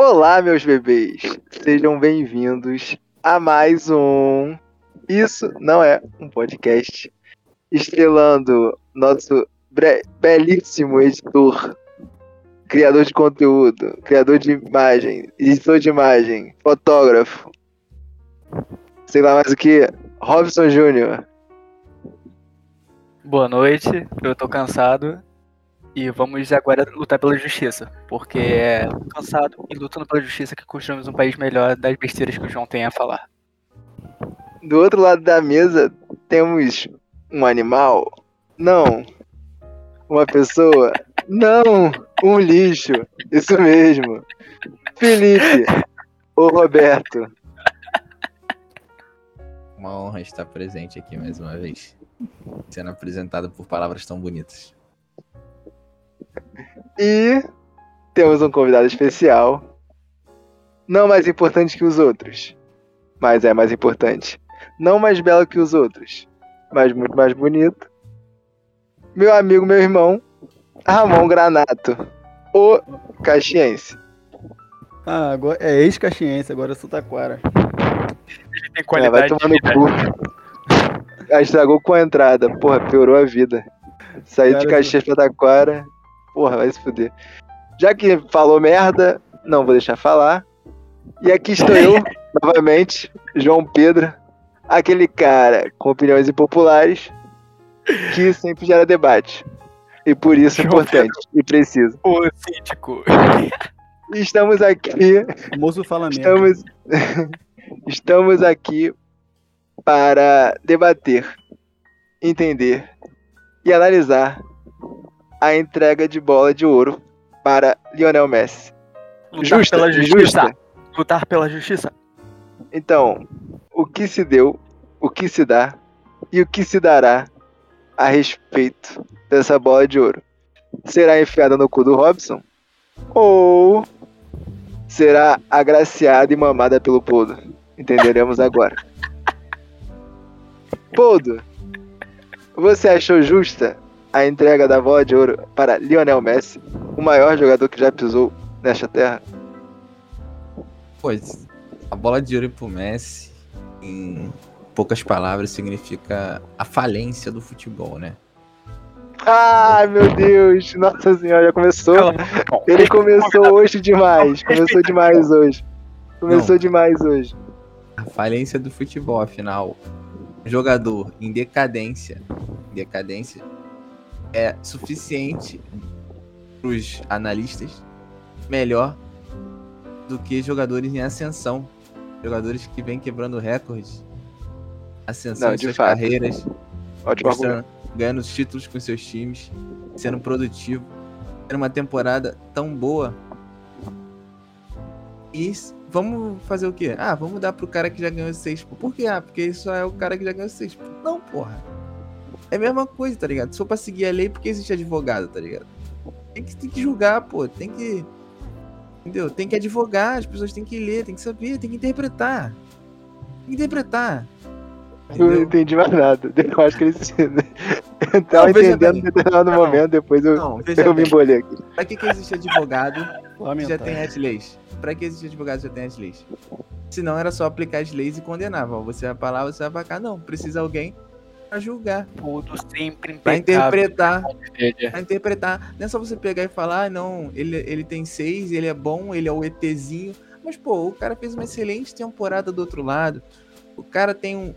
Olá, meus bebês! Sejam bem-vindos a mais um. Isso não é um podcast. Estrelando nosso bre- belíssimo editor, criador de conteúdo, criador de imagem, editor de imagem, fotógrafo, sei lá mais o que, Robson Júnior. Boa noite, eu tô cansado e vamos agora lutar pela justiça, porque é cansado e lutando pela justiça que construímos um país melhor das besteiras que o João tem a falar. Do outro lado da mesa temos um animal? Não. Uma pessoa? Não. Um lixo. Isso mesmo. Felipe. Ou Roberto. Uma honra estar presente aqui mais uma vez, sendo apresentado por palavras tão bonitas. E temos um convidado especial. Não mais importante que os outros. Mas é mais importante. Não mais belo que os outros. Mas muito mais bonito. Meu amigo, meu irmão, Ramon Granato. O Caxiense. Ah, agora é ex-caxiense, agora é Taquara. Ele tem É, vai tomar no cu. Ah, estragou com a entrada. Porra, piorou a vida. Saiu de Cara, Caxias pra Taquara. Porra, vai se fuder. Já que falou merda, não vou deixar falar. E aqui estou eu, novamente, João Pedro, aquele cara com opiniões impopulares que sempre gera debate. E por isso é João importante e preciso. O síndico. E estamos aqui O moço fala mesmo. Estamos, estamos aqui para debater, entender e analisar a entrega de bola de ouro para Lionel Messi. Lutar Justa, pela justiça. justa. Lutar pela justiça. Então, o que se deu, o que se dá e o que se dará a respeito dessa bola de ouro? Será enfiada no cu do Robson? Ou será agraciada e mamada pelo Poldo? Entenderemos agora. Poldo, você achou justa a entrega da bola de ouro para Lionel Messi, o maior jogador que já pisou nesta terra? Pois, a bola de ouro pro Messi, em poucas palavras, significa a falência do futebol, né? Ai, meu Deus! Nossa senhora, já começou. Bom, Ele começou hoje demais. Começou demais hoje. Começou demais hoje. A falência do futebol, afinal, um jogador em decadência, em decadência é suficiente para os analistas melhor do que jogadores em ascensão, jogadores que vêm quebrando recordes, ascensão Não, em de suas fato. carreiras, Ótimo argumento. mostrando, ganhando os títulos com seus times, sendo produtivo, tendo uma temporada tão boa. E s- vamos fazer o quê? Ah, vamos dar pro cara que já ganhou seis. pô. Por quê? Ah, porque isso é o cara que já ganhou seis. pô. Não, porra. É a mesma coisa, tá ligado? Se for pra seguir a lei, por que existe advogado, tá ligado? Tem que, tem que julgar, pô. Tem que. Entendeu? Tem que advogar, as pessoas têm que ler, tem que saber, tem que interpretar. Tem que interpretar. Não Entendeu? entendi mais nada. Eu acho que ele se... eu tava Não, veja entendendo em bem. determinado Não. momento, depois eu, Não, veja eu me bem. embolei aqui. Pra que, que existe advogado que já Lamentável. tem as leis? Pra que existe advogado que já tem as leis? Se não, era só aplicar as leis e condenar. Bom, Você vai pra lá, você vai pra cá. Não, precisa alguém pra julgar, Tudo sempre pra impecável. interpretar, Ele pra interpretar. Não é só você pegar e falar, ah, não, ele, ele tem seis, ele é bom, ele é o ETzinho. Mas, pô, o cara fez uma excelente temporada do outro lado. O cara tem um.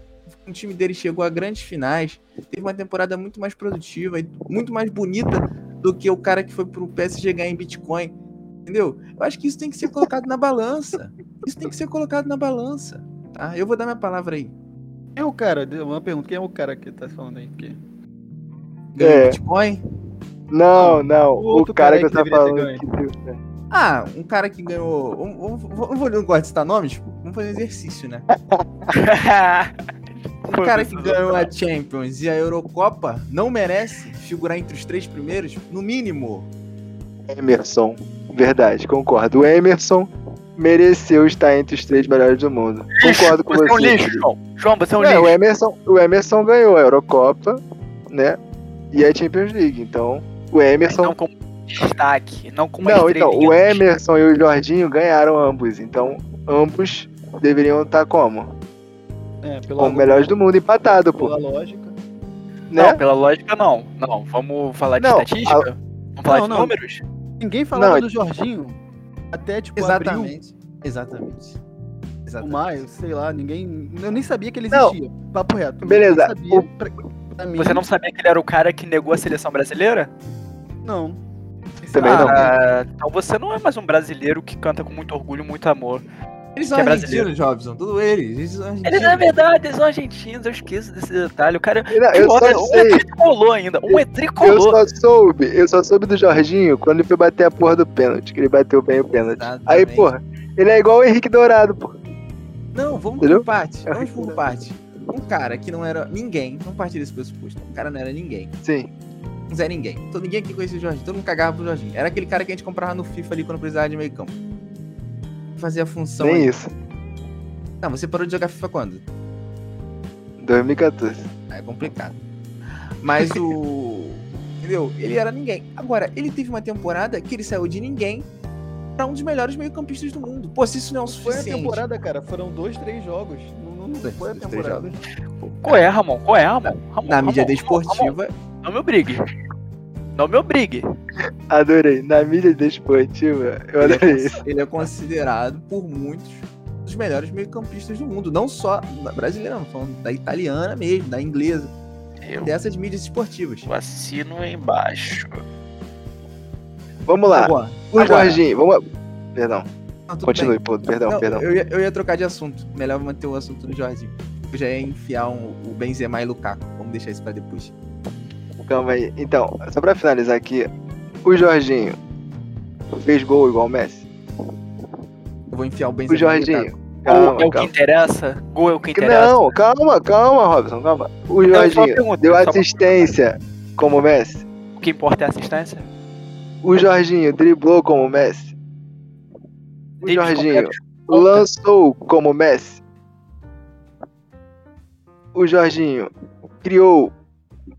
O time dele chegou a grandes finais, teve uma temporada muito mais produtiva e muito mais bonita do que o cara que foi pro PSG ganhar em Bitcoin. Entendeu? Eu acho que isso tem que ser colocado na balança. Isso tem que ser colocado na balança. Tá? Eu vou dar minha palavra aí. Quem é o cara? Deu Uma pergunta, quem é o cara que tá falando aí? Porque... Ganhou É. em Bitcoin? Não, não. O O, outro cara cara que eu que tava falando. deveria Que... né? ter Ah, um cara que ganhou. Vamos, vamos- vamos- eu vou- eu não gosto de citar nomes, pô. vamos fazer um exercício, né? Um cara que ganhou a Champions e a Eurocopa não merece figurar entre os três primeiros, no mínimo. Emerson. Verdade, concordo. O Emerson mereceu estar entre os três melhores do mundo. Concordo com você. você. é um lixo, João. João, você é um É, o lixo. Emerson, o Emerson ganhou a Eurocopa, né? E a Champions League. Então, o Emerson Então, como, Destaque, não com uma Não, então, estrelinha o no Emerson e o Jorginho ganharam ambos. Então, ambos deveriam estar como? É, pela, Como melhores do mundo, empatado, pô. pela lógica. Não, Né? pela lógica, não. Não, vamos falar de Não, estatística? Vamos falar Não, de não. números? Ninguém falava Não, do Jorginho. Até, tipo, abril, Exatamente. Exatamente. o Exatamente. maio, sei lá, ninguém. Eu nem sabia que ele Não. existia. Papo reto. Beleza, Eu Sabia, pra, pra mim, Você não sabia que ele era o cara que negou a seleção brasileira? Não. Também não. Ah, então você não é mais um brasileiro que canta com muito orgulho e muito amor. Eles são Que é brasileiro. argentinos, Jobson. Tudo eles. Eles são Eles, argentinos. na é verdade, eles são argentinos, eu esqueço desse detalhe. O cara. Não, Ah, eu Olha, só um é sei. tricolor ainda. Um é Eu tricolor. só soube, eu só soube do Jorginho quando ele foi bater a porra do pênalti, que ele bateu bem o pênalti. Aí, Exatamente. porra, ele é igual o Henrique Dourado, pô. Não, vamos Entendeu? por parte. Vamos Entendeu? é. por parte. Um cara que não era ninguém, vamos partir desse pressuposto. Um cara não era ninguém. Sim. Não era ninguém. Todo ninguém aqui conhecia o Jorginho. Todo mundo cagava pro Jorginho. Era aquele cara que a gente comprava no FIFA ali quando precisava de meio campo. Fazia a função. nem ali. isso. Não, você parou de jogar FIFA quando? 2014. É complicado. Mas o. Entendeu? Ele era ninguém. Agora, ele teve uma temporada que ele saiu de ninguém pra um dos melhores meio-campistas do mundo. Pô, se isso não é o Foi a suficiente. temporada, cara. Foram dois, três jogos. Não, não- não Dois, foi a dois, três temporada. Qual é, Ramon? Qual é, Ramon? Ramon, Na mídia Ramon, Ramon, desportiva, Ramon, Não me obrigue. Não me obrigue. Adorei. Na mídia desportiva, eu ele é, adorei cons- isso. ele é considerado por muitos um dos melhores meio-campistas do mundo. Não só da brasileira, não, falando da italiana mesmo, da inglesa, Eu dessas mídias esportivas. assino embaixo. Vamos lá. Agora, O agora- Jorginho, vamos. Perdão, Não, tudo bem. continue, pô. Perdão, Não, perdão. Eu ia, eu ia trocar de assunto. Melhor manter o assunto do Jorginho. Eu já ia enfiar um- o Benzema e Lukaku. Vamos deixar isso pra depois. Calma aí. Então, só pra finalizar aqui, o Jorginho fez gol igual o Messi? Eu vou enfiar o Benzema O e Jorginho. Lukaku. Gol Calma, é o que calma. interessa? Gol é o que interessa? Não, calma, calma, Robson, calma. O Não, só uma Jorginho pergunta, deu só uma assistência como o Messi? pergunta. O que importa é a assistência? O Jorginho driblou como o Messi? O Davis Jorginho completos. conta. lançou como o Messi? O Jorginho criou,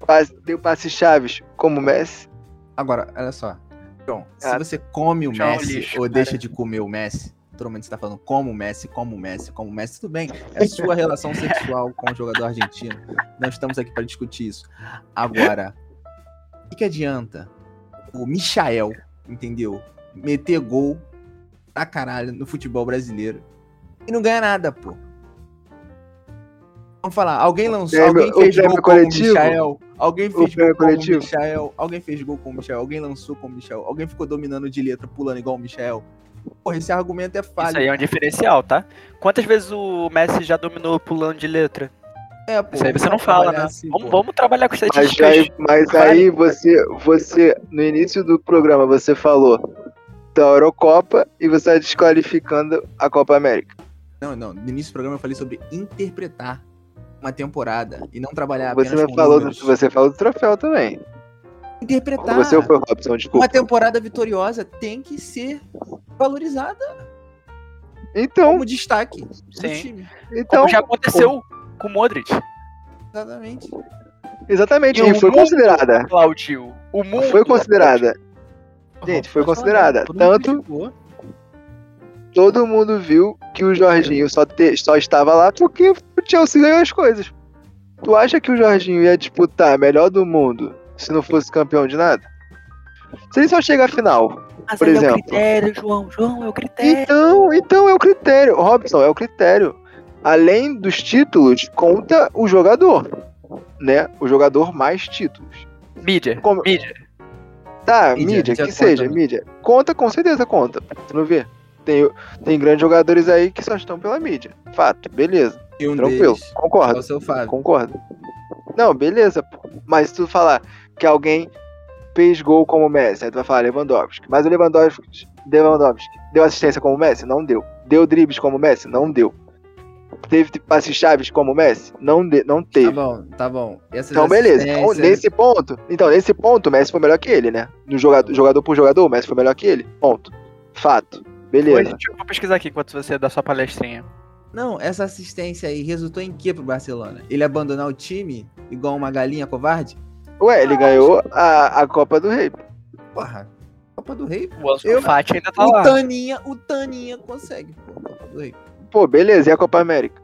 passe- deu passe chaves como o Messi? Agora, olha só. João, se Cara, você come o João é um Messi lixo, ou cara. deixa de comer o Messi, todo mundo está falando como o Messi, como o Messi, como o Messi, tudo bem. É sua relação sexual com o jogador argentino. Não estamos aqui para discutir isso. Agora, o que, que adianta o Michael, entendeu? Meter gol pra caralho no futebol brasileiro e não ganha nada, pô. Vamos falar, alguém lançou, prêmio- alguém o fez prêmio gol coletivo? com o Michael, alguém O fez prêmio gol com o coletivo? Michael, alguém fez gol com o Michael, alguém lançou com o Michael, alguém ficou dominando de letra, pulando igual o Michael. Porra, esse argumento é Isso falho. aí é um diferencial, tá? Quantas vezes o Messi já dominou pulando de letra? É, pô, Isso aí você não vamos fala, trabalhar né? assim, vamos, pô. vamos trabalhar com Mas é- estatísticas. aí, mas aí você, você, no início do programa, você falou da Eurocopa e você está desqualificando a Copa América. Não, não, no início do programa eu falei sobre interpretar uma temporada e não Tá, trabalhar apenas Você não com falou, do, números. você falou do troféu também. Tá. Interpretar. Você ou foi o Robson, Uma desculpa. um- temporada vitoriosa tem que ser valorizada Então, como destaque do Sim. time. então Como já aconteceu com o Modric. Exatamente. exatamente, E e o foi um mundo- considerada. Aplaudiu. O mundo. Foi considerada. Gente, foi Robson, considerada. todo mundo Tanto criticou. todo mundo viu que o Jorginho só, te- só estava lá porque o Chelsea ganhou as coisas. Tu acha que o Jorginho ia disputar a melhor do mundo se não fosse campeão de nada? Se ele só chega à final. Mas por aí é o exemplo. critério, João. João, é o critério. Então, então é o critério. Robson, é o critério. Além dos títulos, conta o jogador. Né? O jogador mais títulos. Mídia. Como- Mídia. Tá, Mídia, mídia, já que conta, seja, né? mídia. Conta, com certeza conta. Tu não vê? Tem, tem grandes jogadores aí que só estão pela mídia. Fato, beleza. E um Tranquilo, deles é concordo. o seu Fábio. Concordo. Não, beleza. pô. Mas se tu falar que alguém fez gol como o Messi, aí tu vai falar Lewandowski. Mas o Lewandowski, Lewandowski deu assistência como o Messi? Não deu. Deu dribles como o Messi? Não deu. Teve tipo, passes chaves como o Messi? Não, de, não Tá teve. bom, tá bom. Essas então, beleza. Então, assistências- nesse ponto, então, nesse ponto, o Messi foi melhor que ele, né? No jogador, jogador por jogador, o Messi foi melhor que ele. Ponto. Fato. Hoje, Beleza. deixa eu pesquisar aqui enquanto você dá sua palestrinha. Não, essa assistência aí resultou em quê pro Barcelona? Ele abandonar o time igual uma galinha covarde? Ué, ele ganhou a, a Copa do Rei. Porra, Copa do Rei. O Ansu Eu- Então, Fati ainda tá O lá. Taninha, o Taninha consegue, pô, Copa do Rei. Pô, beleza, e a Copa América?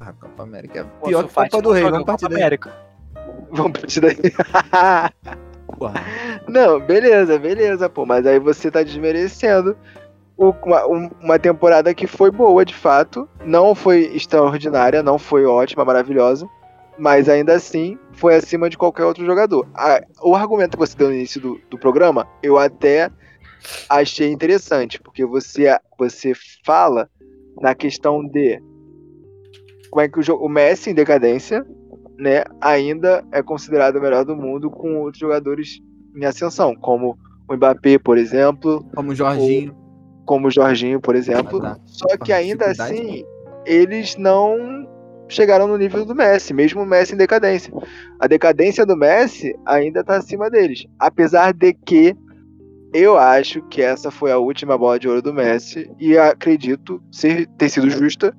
Ah, Copa América é a O pior Ansu Fati Copa do não Rei, joga vamos Copa partir daí. América. Vamos partir daí. Porra. Não, beleza, beleza, pô. Mas aí você tá desmerecendo o- uma, um- uma temporada que foi boa, de fato. Não foi extraordinária, não foi ótima, maravilhosa. Mas ainda assim, foi acima de qualquer outro jogador. A- o argumento que você deu no início do, do programa, eu até achei interessante, porque você, você fala na questão de como é que o, jo- o Messi em decadência, né, ainda é considerado o melhor do mundo com outros jogadores em ascensão, como o Mbappé, por exemplo, Como o Jorginho. como o Jorginho, por exemplo. Ah, tá. Só que Ah, ainda dificuldade, assim, eles não chegaram no nível do Messi, mesmo o Messi em decadência. A decadência do Messi ainda está acima deles. Apesar de que eu acho que essa foi a última bola de ouro do Messi e acredito ser, ter sido justa.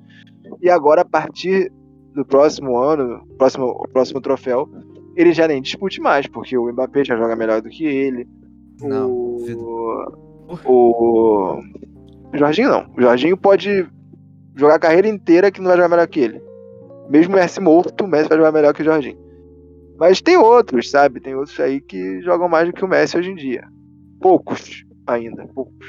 E agora, a partir do próximo ano, próximo, próximo troféu, ele já nem discute mais, porque o Mbappé já joga melhor do que ele. Não, duvido. o... o o Jorginho não. O Jorginho pode jogar a carreira inteira que não vai jogar melhor que ele. Mesmo o Messi morto, o Messi vai jogar melhor que o Jorginho. Mas tem outros, sabe? Tem outros aí que jogam mais do que o Messi hoje em dia. Poucos ainda, poucos.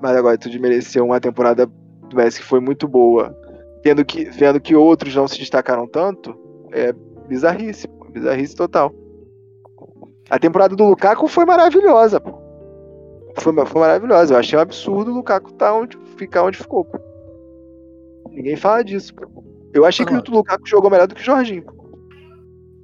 Mas agora tu desmereceu uma temporada do Messi que foi muito boa, tendo que, vendo que outros não se destacaram tanto, é bizarrice, pô, bizarrice total. A temporada do Lukaku foi maravilhosa, pô. Foi, ma- foi maravilhosa. Eu achei um absurdo o Lukaku tá onde, ficar onde ficou, pô. Ninguém fala disso, pô. Eu achei que o Lukaku jogou melhor do que o Jorginho, pô.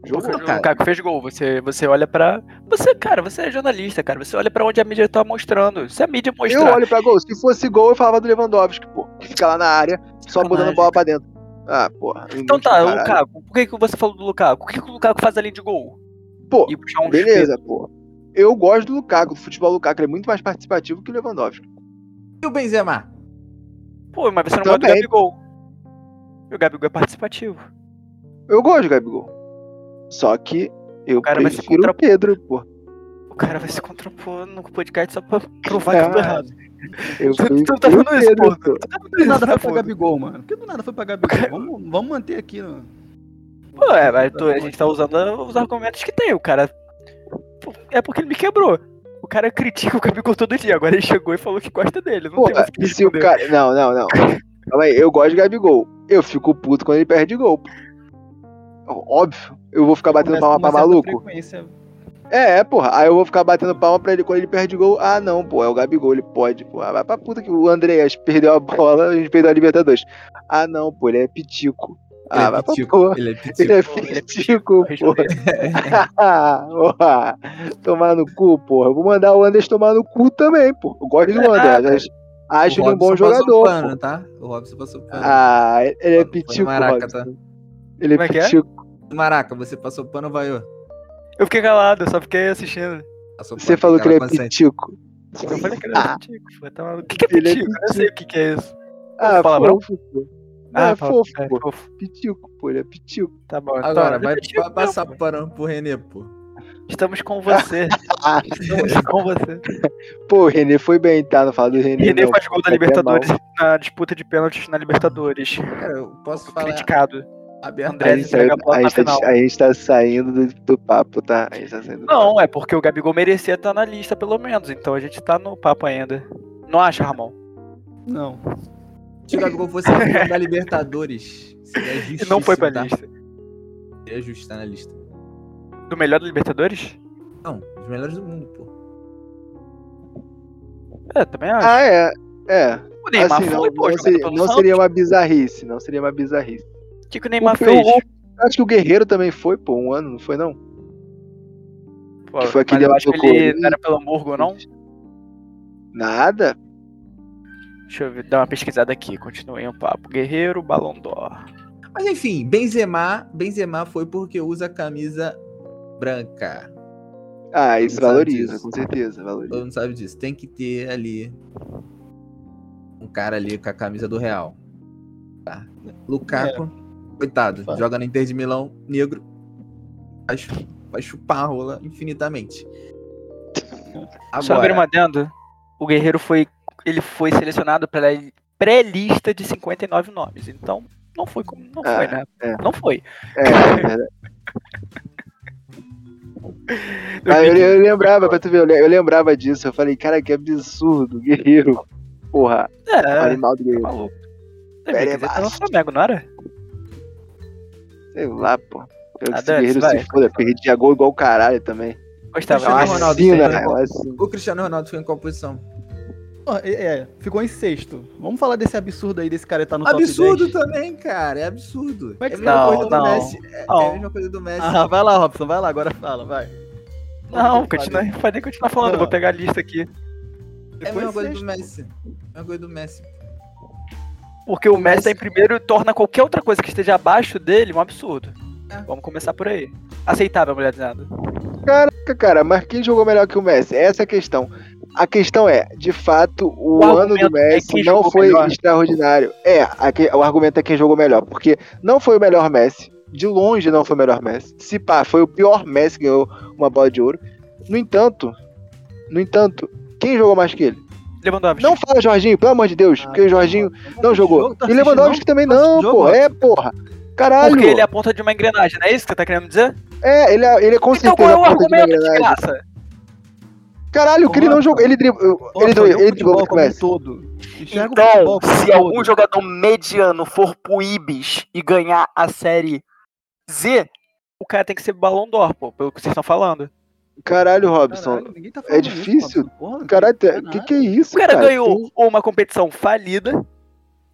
Jogou. Porque Pô, cara. O Caco fez gol. Você, você olha pra. Você, cara, você é jornalista, cara. Você olha pra onde a mídia tá mostrando. Se a mídia Eu mostrar. olho pra gol. Se fosse gol, eu falava do Lewandowski, pô. Que fica lá na área, só Sacanagem. botando bola pra dentro. Ah, porra. Então inútil, tá, o caralho. Lukaku. Por que, que você falou do Lukaku? O que, que o Lukaku faz além de gol? Pô, E puxar um beleza, pô. Eu gosto do Lukaku, do futebol do Lukaku. Ele é muito mais participativo que o Lewandowski. E o Benzema? Pô, mas você não gosta do Também. Gabigol. E o Gabigol é participativo. Eu gosto do Gabigol. Só que eu cara vai se prefiro o contrapor. Pedro, pô. O cara vai se contrapor no podcast só pra provar que eu tô Ah, errado. Eu Tu- tu prefiro tá o falando isso, Pedro, pô. pô. Por que do nada foi pra Foda. Gabigol, mano? Por que do nada foi pra Gabigol? Cara- Vamos, vamos manter aqui, né? mano. Pô, é, mas tu- a gente tá usando os argumentos que tem. O cara. Pô, É porque ele me quebrou. O cara critica o Gabigol todo dia. Agora ele chegou e falou que gosta dele. Não Pô, tem mais o que e se o responder. cara... Não, não, não. Calma aí, eu gosto do Gabigol. Eu fico puto quando ele perde gol, pô. Óbvio. Eu vou ficar batendo Começa palma com uma pra certa maluco. frequência. É, é, porra. Aí eu vou ficar batendo palma pra ele quando ele perde gol. Ah, não, pô, é o Gabigol, ele pode, pô. Ah, vai pra puta que o Andreas perdeu a bola, a gente perdeu a Libertadores. Ah, não, pô, ele é pitico. Ah, ele é vai pra pitico, porra. Ele é Ele pitico. é pô, ele é pitico, pô. Responder. Ah, porra. Tomar no cu, porra. Eu vou mandar o Anders tomar no cu também, pô. Eu gosto É, do Anders. acho- Acho ele um bom jogador. pô. Pano, tá? O Robson passou pano. Ah, ele é Foi no pitico, Maraca, Robson. tá? Ele Como é é que é? pitico. Maraca, você passou pano, vaiou. Eu fiquei calado, eu só fiquei assistindo. Passou Você pano, falou que cara, ele é consciente. pitico. Eu falei que ele era Ah. pitico. foi tomar no- O que, que é Ele é pitico? Eu não sei o que, que é isso. Ah, Palavrão? fofo, pô. Ah, é fala- fofo, é pô. fofo. Pitico, pô. Ele é pitico. Tá bom. então, Agora, não vai, é pitico, vai passar não. pano pro Renê, pô. Estamos com você. Estamos com você. Pô, o René foi bem, tá? Não fala do René. René não, faz pô, gol da até Libertadores mal. na disputa de pênaltis na Libertadores. Cara, eu posso Foi falar criticado. aberto. André A gente, saiu, entrega a bola a, na gente tá, final. a gente tá saindo do, do papo, tá? A gente tá saindo do papo. Não, é porque o Gabigol merecia estar na lista, pelo menos. Então a gente tá no papo ainda. Não acha, Ramon? Não. Se o Tipo, Gabigol fosse campeão da Libertadores, seria E justíssimo, não foi pra tá? lista. Seria justo, tá na lista. Do melhor da Libertadores? Não, os melhores do mundo, pô. É, também acho. Ah, é. É. o Neymar Assim, não, foi, pô, não jogando seria, pelo não Santos. seria uma bizarrice. Não seria uma bizarrice. O que, que o Neymar Porque fez? o- Acho que o Guerreiro também foi, pô, um ano, não foi não? Pô, que foi aquele mas eu acho que maluco ele ali. não era pelo Hamburgo, não? Nada? Deixa eu ver- dar uma pesquisada aqui. Continuei o papo. Guerreiro, Ballon d'Or. Mas enfim, Benzema, Benzema foi porque usa a camisa branca. Ah, isso Não sabe valoriza, disso. com certeza, valoriza. Todo mundo sabe disso. Tem que ter ali um cara ali com a camisa do Real. Tá. É. Lukaku, coitado, Fato. joga no Inter de Milão, negro. Acho. Vai chupar a rola infinitamente. Só abrir uma Agora, adendo, o Guerreiro foi, ele foi selecionado pela pré-lista de 59 nomes. Então, não foi como. Não Ah, foi, né? é. Não foi. É, Ah, eu, eu lembrava, pra tu ver, eu le- eu lembrava disso. Eu falei, cara, que absurdo, guerreiro. Porra, É, animal do guerreiro. maluco. Pera, Ele é tá no baixo. Flamengo, não era? Sei lá, pô. Pelo que Ah, esse dane-se, guerreiro vai. Tá, se foda, perdi a gol igual o caralho também. Gostava. É uma Cristiano Ronaldo, assina, sim. velho. uma assina. o Cristiano Ronaldo foi em qual posição? Ó, É, é, ficou em sexto. Vamos falar desse absurdo aí, desse cara tá no absurdo top 10. também, cara. É absurdo. Como é que é a você- mesma Não, coisa do não. Messi. É, é a Não. mesma coisa do Messi. Ah, vai lá, Robson, vai lá, agora fala, vai. é Não, continua, né? pode nem continuar falando, Não. vou pegar a lista aqui. é a Ficou em mesma coisa do sexto. Messi. É a mesma coisa do Messi. Porque o Messi tá em Messi- primeiro e torna qualquer outra coisa que esteja abaixo dele um absurdo. É. Vamos começar por aí. Aceitável, mulher dizendo. Caraca, cara, mas quem jogou melhor que o Messi? Essa é a questão. A questão é, de fato, o, O ano argumento do Messi é quem não jogou foi melhor. extraordinário. É, a que- o argumento é quem jogou melhor, porque não foi o melhor Messi. De longe não foi o melhor Messi. Se pá, foi o pior Messi que ganhou uma bola de ouro. No entanto, no entanto, quem jogou mais que ele? Lewandowski. Não fala Jorginho, pelo amor de Ah, Deus, porque o Jorginho não jogou. Tá E assistindo, Lewandowski também Tá assistindo não, jogo, porra. É, porra. Caralho. Porque ele é a ponta de uma engrenagem, não é isso que você tá querendo dizer? É, ele é, ele é com então qual certeza é a ponta o de uma argumento, engrenagem. desgraça? Caralho, o que ele não Porra. jogou. Ele driblou. Ele Robson, driblou. olha o Ele driblou. futebol pro como um Messi. todo. Enxerga o futebol Então, como um se todo. algum jogador mediano for pro Ibis e ganhar a série Z, o cara tem que ser Ballon d'Or, pô, pelo que vocês estão falando. Caralho, Robson. é Caralho, ninguém tá falando isso, difícil? Robson. Porra, Caralho, o sacanagem. que, que é isso, O cara, cara? ganhou uma competição falida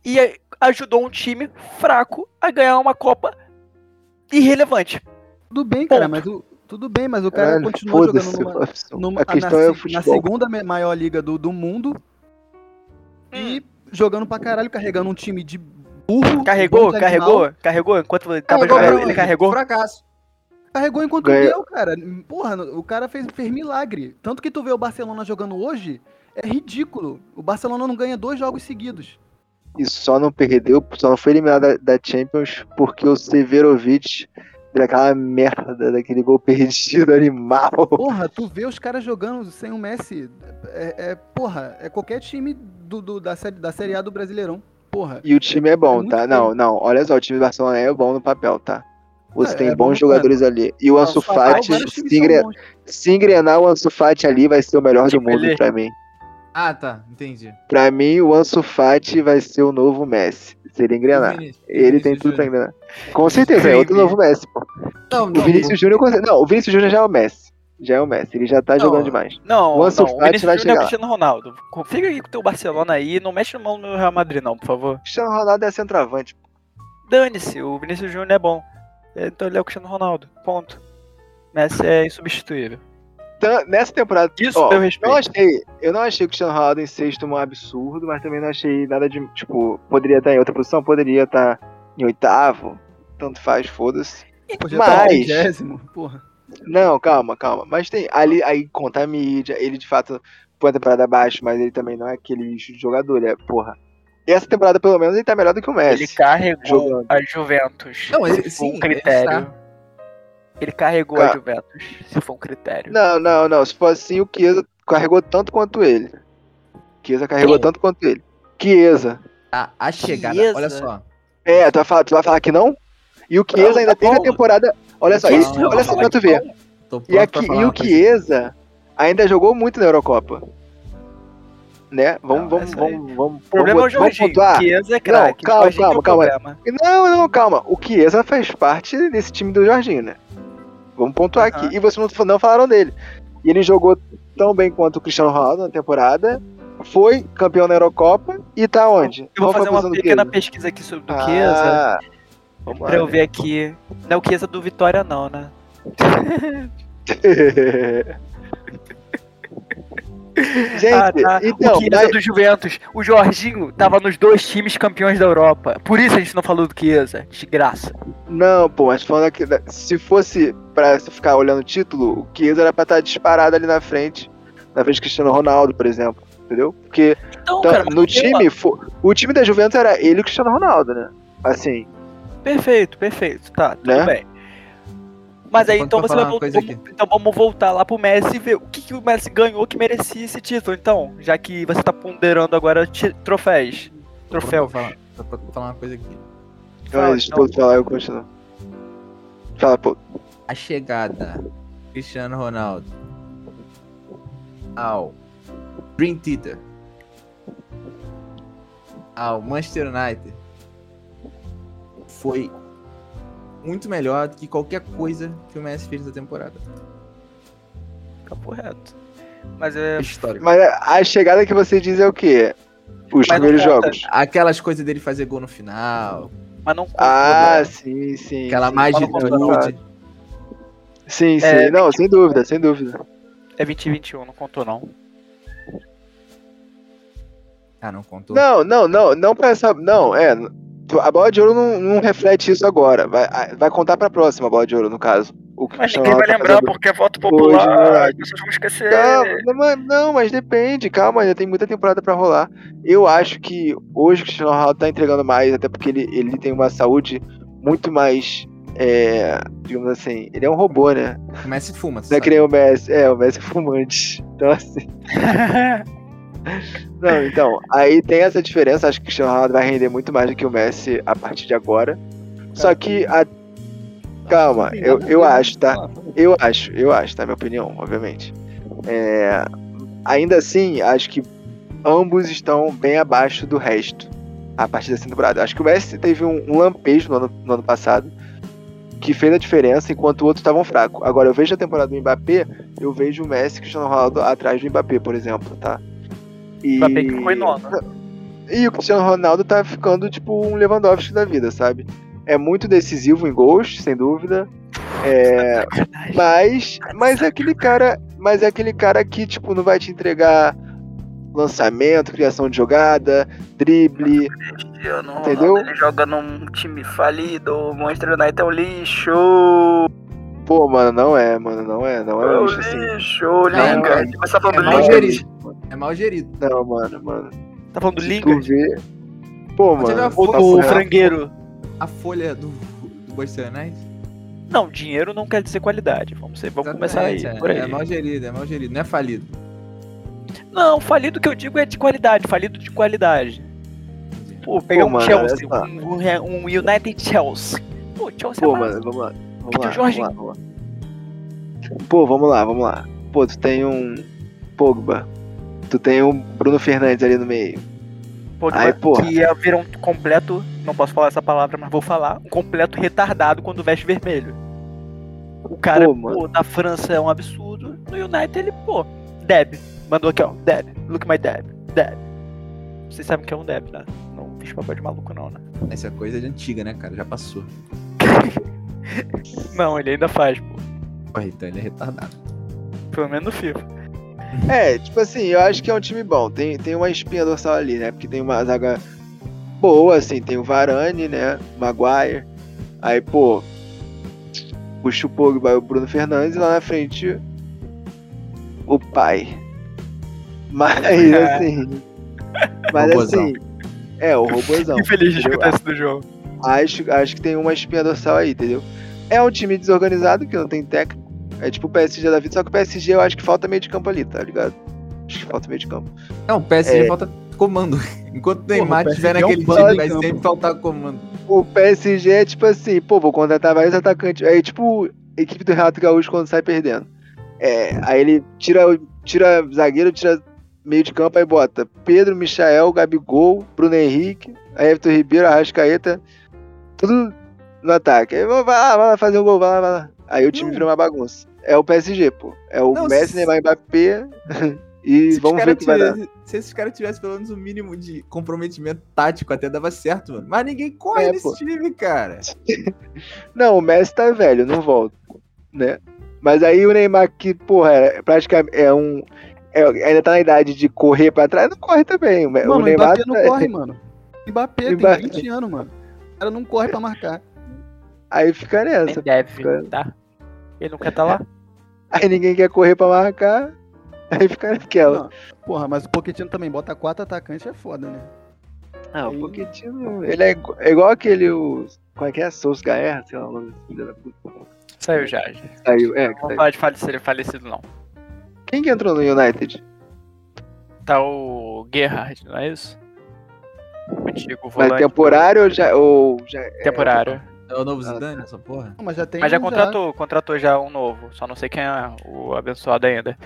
e a- ajudou um time fraco a ganhar uma Copa irrelevante. Tudo bem, cara, Ponto. mas o. Tudo bem, mas o cara Caralho, continua foda-se, jogando numa, Robson. numa- A ah, questão na, é o se- na futebol. segunda me- maior liga do, do mundo e jogando pra caralho, carregando um time de burro. Carregou, bando de animal. carregou, carregou. Enquanto tava Ah, Carregou, jogando, carregou. ele carregou. Fracasso. Carregou enquanto Ganha- deu, cara. Porra, o cara fez, fez milagre. Tanto que tu vê o Barcelona jogando hoje, é ridículo. O Barcelona não ganha dois jogos seguidos. E só não perdeu, só não foi eliminado da, da Champions porque o Severovic deu aquela merda daquele gol perdido animal. Porra, tu vê os caras jogando sem o Messi. É, é- porra, é qualquer time do, do- da, série, da Série A do Brasileirão. Porra. E o time é bom, muito tá? bom. Não, não. Olha só, o time do Barcelona é bom no papel, tá? Você É, tem é bom, bons jogadores ali. E o Ansu São Paulo, Fati, vários tá times se, são engre- bons. se engrenar o Ansu Fati ali, vai ser o melhor do Tipo, mundo ele- pra mim. Ah, tá. Entendi. Pra mim, o Ansu Fati vai ser o novo Messi. Se ele engrenar. Vinícius- Ele Vinícius tem tudo pra Júnior. engrenar. Com certeza, é outro Incrível. novo Messi, pô. Não, O não. Vinícius Júnior consegue. Não, o Vinícius Júnior já é o Messi. Já é o Messi, ele já tá Não. jogando demais. Não, O Ansu não. O Fati vai Vinícius Júnior é chegar o lá. Cristiano Ronaldo. Fica aqui com o teu Barcelona aí, não mexe mão no Real Madrid, não, por favor. O Cristiano Ronaldo é centroavante. Dane-se, o Vinícius Júnior é bom. Então ele é o Cristiano Ronaldo. Ponto. Messi é insubstituível. Tan- Então, nessa temporada. Isso ó, eu eu respeito. não achei. Eu não achei o Cristiano Ronaldo em sexto um absurdo, mas também não achei nada de. Tipo, poderia estar em outra posição, poderia estar em oitavo. Tanto faz, foda-se. Podia estar Mas- no tá vigésimo, porra. Não, calma, calma. Mas tem. Ali, aí conta a mídia. Ele de fato põe a temporada abaixo, mas ele também não é aquele lixo de jogador, ele é, porra. E essa temporada, pelo menos, ele tá melhor do que o Messi. Ele carregou jogando. a Juventus. Não, ele- se for sim, um critério. ele Ele carregou Ca- a Juventus, se for um critério. Não, não, não. Se for assim, o Chiesa carregou tanto quanto ele. Chiesa carregou Quem? tanto quanto ele. Chiesa. Tá, a chegada. Chiesa. Olha só. É, tu vai falar, tu vai falar que não? E o Chiesa Não, ainda tá teve a bom. temporada. Olha só, Que isso, isso? Eu olha vou só pra falar tu que ver. não. Tô pronto E, a, pra Chi- falar e uma o coisa. Chiesa ainda jogou muito na Eurocopa. Né? Vamos, Não, é vamos, isso aí. vamos, vamos. O problema é o vamos, vamos Jorginho. pontuar. Chiesa é craque. calma, Jorginho que é o calma, calma. problema. Não, não, calma. O Chiesa faz parte desse time do Jorginho, né? Vamos pontuar Aham. aqui. E vocês não, não falaram dele. E ele jogou tão bem quanto o Cristiano Ronaldo na temporada. Foi campeão na Eurocopa e tá onde? Eu Qual vou foi a fazer uma posição do pequena Chiesa? pesquisa aqui sobre o Chiesa. Ah, Vamos bora. pra eu ver aqui. Não é o Chiesa do Vitória, não, né? Gente, Ah, tá. então, o Chiesa mas, do Juventus. O Jorginho tava nos dois times campeões da Europa. Por isso a gente não falou do Chiesa. De graça. não, pô, mas falando aqui, da- se fosse pra você ficar olhando o título, o Chiesa era pra estar disparado ali na frente, na frente do Cristiano Ronaldo, por exemplo, entendeu? Porque Então, Então, cara, mas no tem uma- time, fo- o time da Juventus era ele e o Cristiano Ronaldo, né? Assim, Perfeito, perfeito. Tá, tudo Né? bem. Mas aí Enquanto então eu você falar vai uma voltar. coisa vamos- Então vamos voltar lá pro Messi e ver o que, que o Messi ganhou que merecia esse título, então. Já que você tá ponderando agora ti- troféus. Tô pronto Troféu. pra falar- tô pronto pra falar uma coisa aqui. Fala, então. Eu estou de falar, eu continuo. Fala, pô. A chegada. Cristiano Ronaldo. Ao Dream Theater. Ao Manchester United. Foi muito melhor do que qualquer coisa que o Messi fez na temporada. Papo reto. Mas é. Histórico. Mas a chegada que você diz é o quê? Os Mas é, não primeiros conta. jogos. Aquelas coisas dele fazer gol no final. Mas não. Ah, é. sim, sim. Aquela sim. magnitude. Sim, sim. É, Não, sem dúvida, sem dúvida. É 2021, não contou não. Ah, não contou. Não, não, não, não pra essa. Não, é. tu- A bola de ouro não, não reflete isso agora. Vai, a- vai contar pra próxima a bola de ouro, no caso. O Mas Cristiano ninguém Ronaldo vai tá lembrar fazendo- porque é voto Hoje, popular, né? as pessoas vão esquecer. Calma, não, mas, não, mas depende, calma, ainda tem muita temporada pra rolar. Eu acho que hoje o Cristiano Ronaldo tá entregando mais, até porque ele, ele tem uma saúde muito mais. é, digamos assim, ele é um robô, né? O Messi fuma. tu Não é sabe? que nem o Messi. É, o Messi é fumante. Então, assim. Não, então, aí tem essa diferença, acho que o Cristiano Ronaldo vai render muito mais do que o Messi a partir de agora. Só que a. Calma, eu, eu acho, tá? Eu acho, eu acho, tá? Minha opinião, obviamente. É, Ainda assim, acho que ambos estão bem abaixo do resto a partir dessa temporada. Acho que o Messi teve um, um lampejo no ano, no ano passado que fez a diferença enquanto o outro estavam fraco. Agora eu vejo a temporada do Mbappé, eu vejo o Messi e o Cristiano Ronaldo atrás do Mbappé, por exemplo, tá? E... Mbappé que ficou em nono. E o Cristiano Ronaldo tá ficando tipo um Lewandowski da vida, sabe? É muito decisivo em gols, sem dúvida. É, mas, mas é aquele cara, mas é aquele cara que tipo não vai te entregar lançamento, criação de jogada, drible. Eu não, Entendeu? Ele joga num time falido, o Monster United é um lixo. Pô, mano, não é, mano, não é, não É é um lixo assim. lixo, Não, liga. é- Você tá É falando mal Não, liga? gerido. É mal gerido. Não, mano, mano. Tá falando Se liga? tu vê. Pô, Você mano, já tá foi- O surreal. frangueiro. A folha do, do né? Manchester United. Não, dinheiro não quer dizer qualidade. Vamos, ser- vamos começar aí, Exatamente, por é, aí. É mal gerido, é mal gerido, não é falido. Não, falido que eu digo é de qualidade, falido de qualidade. Pô, pegar Pô, um mano, Chelsea, olha só. um, um Re- um United Chelsea. Pô, Chelsea Pô, é massa. mano, vamos lá. Vamos Cadê o lá, vamos Jorginho? lá, vamos lá. Pô, vamos lá, vamos lá. Pô, tu tem um Pogba. Tu tem um Bruno Fernandes ali no meio. Pô, Ai, que- porra. que ia virar um completo, não posso falar essa palavra, mas vou falar, um completo retardado quando veste vermelho. O cara, Pô, pô, mano. na França é um absurdo, no United ele, pô, Deb. Mandou aqui, ó, Deb, look my Deb, Deb. Vocês sabem que é um Deb, né? Não fiz papel de maluco não, né? Essa coisa é de antiga, né, cara? Já passou. Não, ele ainda faz, pô. Porra, então ele é retardado. Pelo menos no FIFA. É, tipo assim, eu acho que é um time bom. Tem, tem uma espinha dorsal ali, né? Porque tem uma zaga boa, assim. Tem o Varane, né? Maguire. Aí, pô, puxa o Pogba e o Bruno Fernandes. E lá na frente, o pai. Mas, assim... mas, Robozão. assim... É, o robozão. Infeliz de entendeu? escutar isso do jogo. acho, acho que tem uma espinha dorsal aí, entendeu? É um time desorganizado que não tem técnico. É tipo o PSG da vida, só que o PSG eu acho que falta meio de campo ali, tá ligado? Acho que falta meio de campo. Não, o PSG É. falta comando. Enquanto o Neymar Porra, o estiver PSG é um naquele bando time, em vai né, campo. sempre faltar comando. O PSG é tipo assim, pô, vou contratar vários atacantes. É tipo a equipe do Renato Gaúcho quando sai perdendo. É, aí ele tira, o- tira zagueiro, tira meio de campo, aí bota Pedro, Michael, Gabigol, Bruno Henrique, Everton Ribeiro, Arrascaeta, tudo no ataque. Aí vai lá, vai lá fazer um gol, vai lá, vai lá. Aí o time Não. vira uma bagunça. É o PSG, pô. É o Hum. Não, Messi, se- Neymar, Mbappé e Se, vamos os ver caras o que vai dar. tivessem- se esses caras tivessem pelo menos o mínimo de comprometimento tático, até dava certo, mano. Mas ninguém corre É, nesse pô. time, cara. Não, o Messi tá velho, não volta, né? Mas aí o Neymar que, porra, é praticamente é um é- ainda tá na idade de correr pra trás, não corre também. O, Me- o Mano, o Neymar Mbappé não tá- corre, mano. Mbappé Mbappé. tem 20 anos, mano. O cara não corre pra marcar. aí fica Nem nessa. deve, tá? Ele não quer tá lá? Aí ninguém quer correr pra marcar, aí fica naquela. Não, porra, mas o Pochettino também bota quatro atacantes, é foda, né? Ah, o Aí- Pochettino, ele é, igu- é igual aquele o como é que é? Sousa Gaer, sei lá, o nome desse filho da puta. Saiu já. já. Saiu, é, que Não saiu. pode falecer, falecido, não. Quem que entrou no United? Tá o Gerhard, não é isso? O antigo Mas volante temporário ou já, ou já é- temporário. É o novo Ah, Zidane, essa porra? Não, mas já tem. Mas já um contratou, contratou já um novo. Só não sei quem é o abençoado ainda.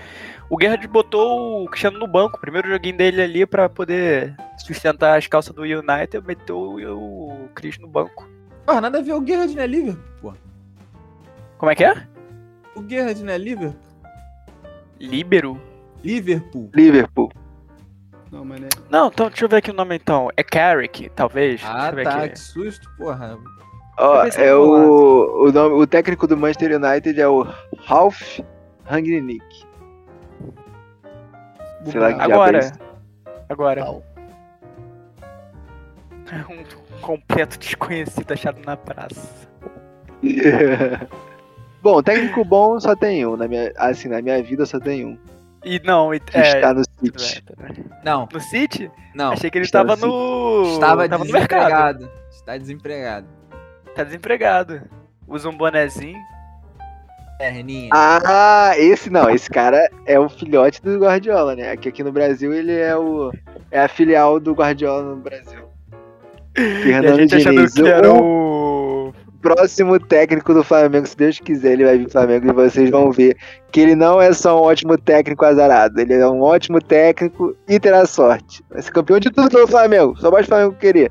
O Gerrard botou o Cristiano no banco, o primeiro joguinho dele ali pra poder sustentar as calças do United, meteu o o Chris no banco. Porra, nada a ver o Gerrard, né, Liverpool? Porra. Como é que é? O Gerrard, né, Liverpool? Líbero? Liverpool. Liverpool. Não, mas né? Não, então deixa eu ver aqui o nome então. É Carrick, talvez. Ah, deixa eu ver tá, aqui. que susto, porra. Ó, pensei é no o, o, nome, o técnico do Manchester United é o Ralph Rangnick. Sei lá que diabo Agora. é isso. Agora. Tal. Um completo desconhecido achado na praça. bom, técnico bom só tem um. Na minha, assim, na minha vida só tem um. E não, e, Que é. está no tudo City. bem, tudo bem. Não, No City? não. Achei que ele está no estava no. Estava tava no mercado. desempregado. Está desempregado. Tá desempregado. Usa um bonezinho. Perninha. Ah, esse não. Esse cara é o filhote do Guardiola, né? Aqui, aqui no Brasil ele é o é a filial do Guardiola no Brasil. E a Fernando gente achando Diniz, que era o um. o. próximo técnico do Flamengo, se Deus quiser, ele vai vir pro Flamengo e vocês vão ver que ele não é só um ótimo técnico azarado, ele é um ótimo técnico e terá sorte. Vai ser campeão de tudo pelo Flamengo, só basta o Flamengo querer.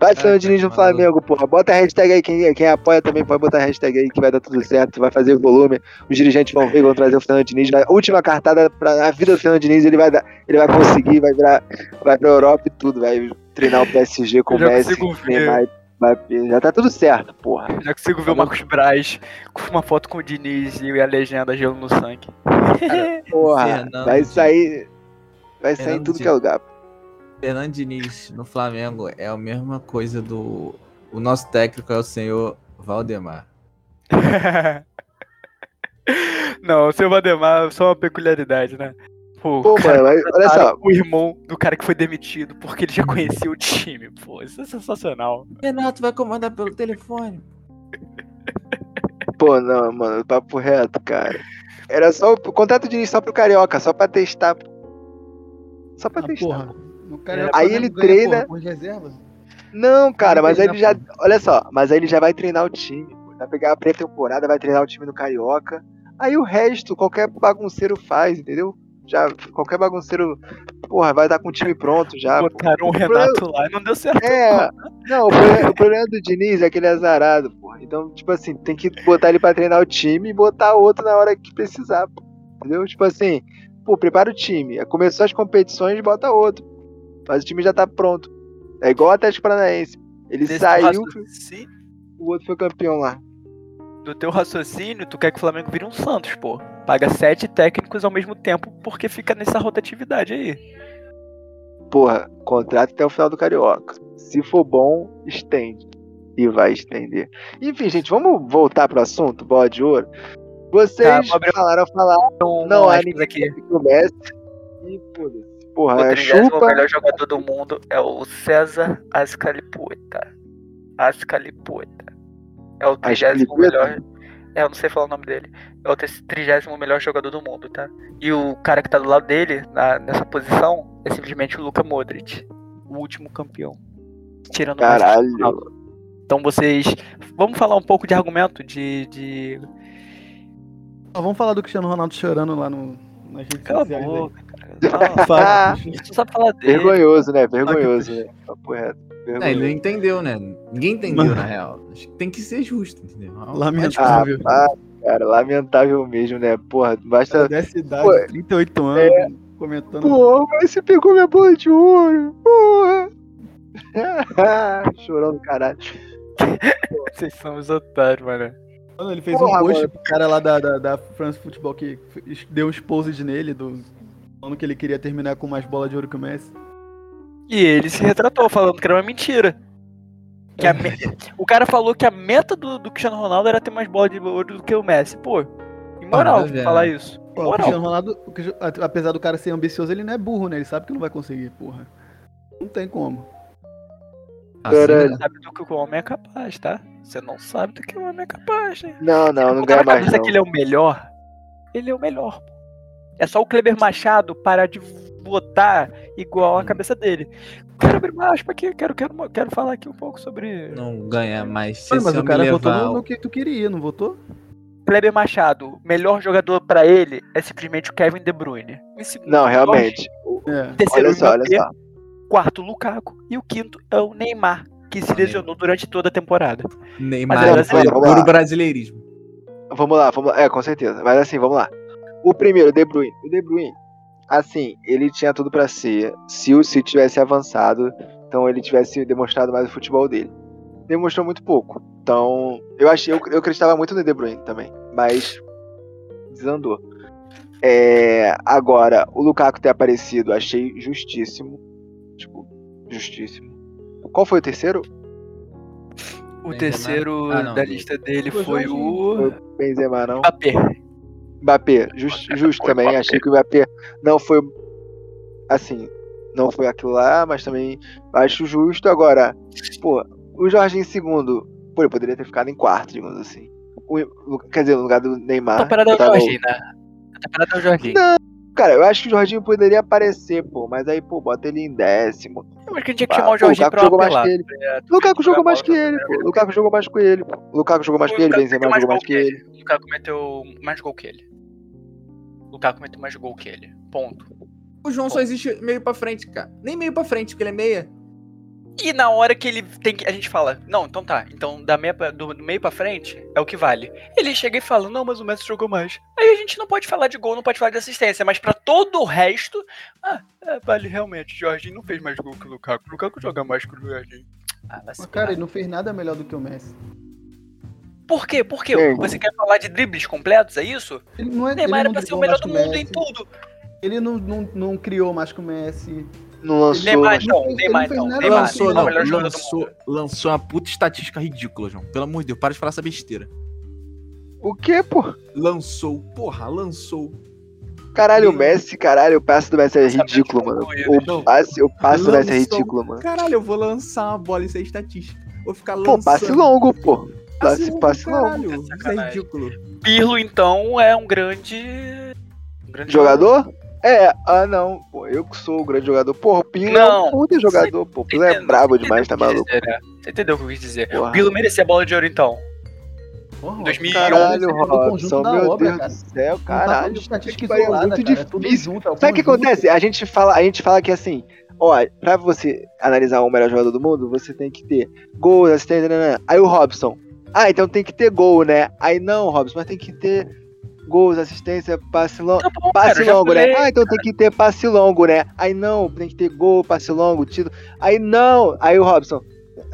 Bate o Ai, Fernando Diniz no cara, maluco. Flamengo, porra. Bota a hashtag aí, quem, quem apoia também pode botar a hashtag aí que vai dar tudo certo, vai fazer volume, os dirigentes vão ver, vão trazer o Fernando Diniz. Na última cartada pra, a vida do Fernando Diniz, ele vai, dar, ele vai conseguir, vai, virar, vai pra Europa e tudo, vai treinar o PSG com o Eu já Messi, consigo ver. Neymar e Mbappé. Já tá tudo certo, porra. Já consigo ver o Marcos Braz com uma foto com o Diniz e a legenda gelo no sangue. Porra, Fernando vai Diniz. sair. Vai sair em Fernando tudo que é Diniz. lugar. Fernando Diniz no Flamengo é a mesma coisa do. O nosso técnico é o senhor Valdemar. Não, o seu Vademar é só uma peculiaridade, né? Pô, Pô, o cara mano, mas olha só. contrataram o irmão do cara que foi demitido porque ele já conhecia o time. Pô, isso é sensacional. Renato vai comandar pelo telefone. Pô, não, mano, papo reto, cara. Era só o contrato de início só pro Carioca, só pra testar. Só pra Ah, testar. porra. No cara, Aí o Flamengo ele ganha, treina- porra, com as reservas. Não, cara, mas Ele ele já. já- Olha só, mas aí ele já vai treinar o time. pô. Vai pegar a pré-temporada, vai treinar o time no Carioca. Aí o resto, qualquer bagunceiro faz, entendeu? Já, qualquer bagunceiro, porra, vai estar com o time pronto já. Ah, pô. Tipo, Botaram o Renato lá e não deu certo. É, não, o problema, o problema do Diniz é que ele é azarado, porra. Então, tipo assim, tem que botar ele pra treinar o time e botar outro na hora que precisar, pô. entendeu? Tipo assim, pô, prepara o time. É, Começou as competições, bota outro. Mas o time já tá pronto. É igual o Atlético Paranaense. Ele Desse saiu, raciocínio- o outro foi campeão lá. do teu raciocínio, tu quer que o Flamengo vire um Santos, pô. Paga sete técnicos ao mesmo tempo porque fica nessa rotatividade aí. Porra, contrato até o final do Carioca. Se for bom, estende. E vai estender. Enfim, gente, vamos voltar pro assunto, bola de ouro. Vocês vamos abrir- falaram, falaram. Então, Não, um há aspas ninguém aqui. que comece. E foda-se. O Porra, é 30 chupa. melhor jogador do mundo é o César Ascalipueta. Ascalipueta. É o 30 Azpilicueta? melhor. É, eu não sei falar o nome dele. É o 30 melhor jogador do mundo, tá? E o cara que tá do lado dele, na- nessa posição, é simplesmente o Luka Modric. O último campeão. Tirando o Messi. Caralho. Então vocês. Vamos falar um pouco de argumento de. de... Ó, Ah, vamos falar do Cristiano Ronaldo chorando lá no. nas redes Cala a sociais aí. boca, cara. Não, fala. Você sabe falar dele. Vergonhoso, né? Vergonhoso, né? Papo reto. Vergonhoso. ele não entendeu, né? Ninguém entendeu, Mano. na real. Acho que tem que ser justo, entendeu? Ah, Lamentável. pá, cara, lamentável mesmo, né? Porra, Cara basta. é dessa idade, Pô, é. 38 anos, comentando. Pô, mas você pegou minha bola de ouro. Porra. Chorando, caralho. Vocês são os otários, mano. Mano, ele fez Porra, um post mano. pro cara lá da, da, da France Football que f- deu uns poses nele, do, falando que ele queria terminar com mais bola de ouro que o Messi. E ele se retratou falando que era uma mentira. Que a me- O cara falou que a meta do, do Cristiano Ronaldo era ter mais bola de ouro do que o Messi. Pô, imoral Maravilha. falar isso. né? Pô, o Imoral. Cristiano Ronaldo, o Cristi- a- apesar do cara ser ambicioso, ele não é burro, né? Ele sabe que não vai conseguir, porra. Não tem como. assim, Caralho. Você sabe do que o homem é capaz, tá? Você não sabe do que o homem é capaz, né? Não, não, não Botar ganha na mais cabeça não. que ele é o melhor, ele é o melhor. pô. É só o Kleber Machado parar de votar igual a cabeça dele. Quero abrir uma aspa aqui, quero, quero, quero falar aqui um pouco sobre Não ganha mais. Se Mano, mas eu o me cara votou levar... no, no que tu queria, não votou? Kleber Machado. O melhor jogador pra ele é simplesmente o Kevin De Bruyne. Em segundo, Não, Jorge. realmente. É. Em terceiro, Olha só, olha Mbappé. só. Quarto, Lukaku. E o quinto é o Neymar, que se Neymar. lesionou durante toda a temporada. Neymar Mas é foi brasileiro, vamos puro lá. brasileirismo. Vamos lá, vamos lá. É, com certeza. Mas assim, vamos lá. O primeiro, o De Bruyne. O De Bruyne, assim, ele tinha tudo pra ser. Se o City tivesse avançado, então ele tivesse demonstrado mais o futebol dele. Demonstrou muito pouco. Então, eu achei, eu, eu acreditava muito no De Bruyne também, mas desandou. É, agora, o Lukaku ter aparecido, achei justíssimo. Tipo, justíssimo. Qual foi o terceiro? O Benzema. terceiro Ah, não. da lista dele Foi foi o Benzema, não? Mbappé. Mbappé, justo, justo Foi também. Mbappé. Achei que o Mbappé não foi. Assim, não foi aquilo lá, mas também acho justo. Agora, pô, o Jorginho em segundo, pô, ele poderia ter ficado em quarto, digamos assim. O- o- quer dizer, no lugar do Neymar. A parada é o tava o- Jorginho, né? A parada é o Jorginho. Cara, eu acho que o Jorginho poderia aparecer, pô, mas aí, pô, bota ele em décimo. Eu acho que a gente tinha que Pá, chamar Ah, pô, o Jorginho Lukaku pra uma jogou mais pelada. que ele. É, O Lukaku jogar jogou mais bola que na ele, pô. primeira O Lukaku jogou mais que ele. né? pô. O Lukaku jogou mais O que ele, Lukaku Benzema meteu mais jogou mais gol que ele. O Lukaku meteu mais gol que ele. O Lukaku meteu mais gol que ele. Ponto. O João só existe meio pra frente, cara. Nem meio pra frente, porque ele é meia. E na hora que ele tem que. A gente fala, não, então tá. Então da meia pra- do, do meio pra frente é o que vale. Ele chega e fala, não, mas o Messi jogou mais. Aí a gente não pode falar de gol, não pode falar de assistência, mas pra todo o resto. Ah, é, vale realmente. O Jorginho não fez mais gol que o Lukaku. O Lukaku joga mais que o Jorginho. Ah, vai se Mas, cara, ferrar. ele não fez nada melhor do que o Messi. Por quê? Por quê? Sim. Você quer falar de dribles completos? É isso? Ele não é, ele Neymar era não pra ser o driblou melhor mais do que o mundo em Messi, tudo. Ele não, não, não criou mais que o Messi. Não lançou. Neymar não não, fez- Neymar ele não não. fez nada, Neymar lançou, não, é não, o melhor jogador do mundo. lançou, lançou uma puta estatística ridícula, João. Pelo amor de Deus, para de falar essa besteira. O quê, pô? Lançou, porra, lançou. Caralho, o Meu Messi, caralho, o passe do Messi é Lançamento ridículo, mano. concluído. O passe, o passe do Messi é Lançou. ridículo, mano. Caralho, eu vou lançar uma bola e ser estatística. Vou ficar Pô, lançando. passe longo, pô. Passe Passe, longo, passe longo. Caralho, É isso é sacanagem. ridículo. Pirlo, então, é um grande. um grande Jogador? É, ah não, pô, eu que sou o grande jogador. Porra, o Pino é Não. um puta jogador, pô. O Pino é Entendeu? brabo Você demais, tá entendeu o que maluco? Ah. eu quis dizer, né? Você entendeu o que eu quis dizer? Porra. Pirlo merecia a bola de ouro, então. Porra, 2011, Caralho, ele é do Robson, conjunto da meu obra, Deus cara. do céu, Não tá caralho. tudo estatística que pariu, isolada, muito cara, é tudo difícil. junto, é o Sabe o que conjunto. acontece? A gente fala, a gente fala que assim, ó, pra você analisar o melhor jogador do mundo, você tem que ter gol, assistência, nananã. né, aí o Robson. Ah, então tem que ter gol, né? Aí não, Robson, mas tem que ter gols, assistência, passe longo. Tá bom, Passe cara, eu já longo, né? falei. Ah, então tem que ter passe longo, né? Aí não, tem que ter gol, passe longo, título. Aí não, aí o Robson.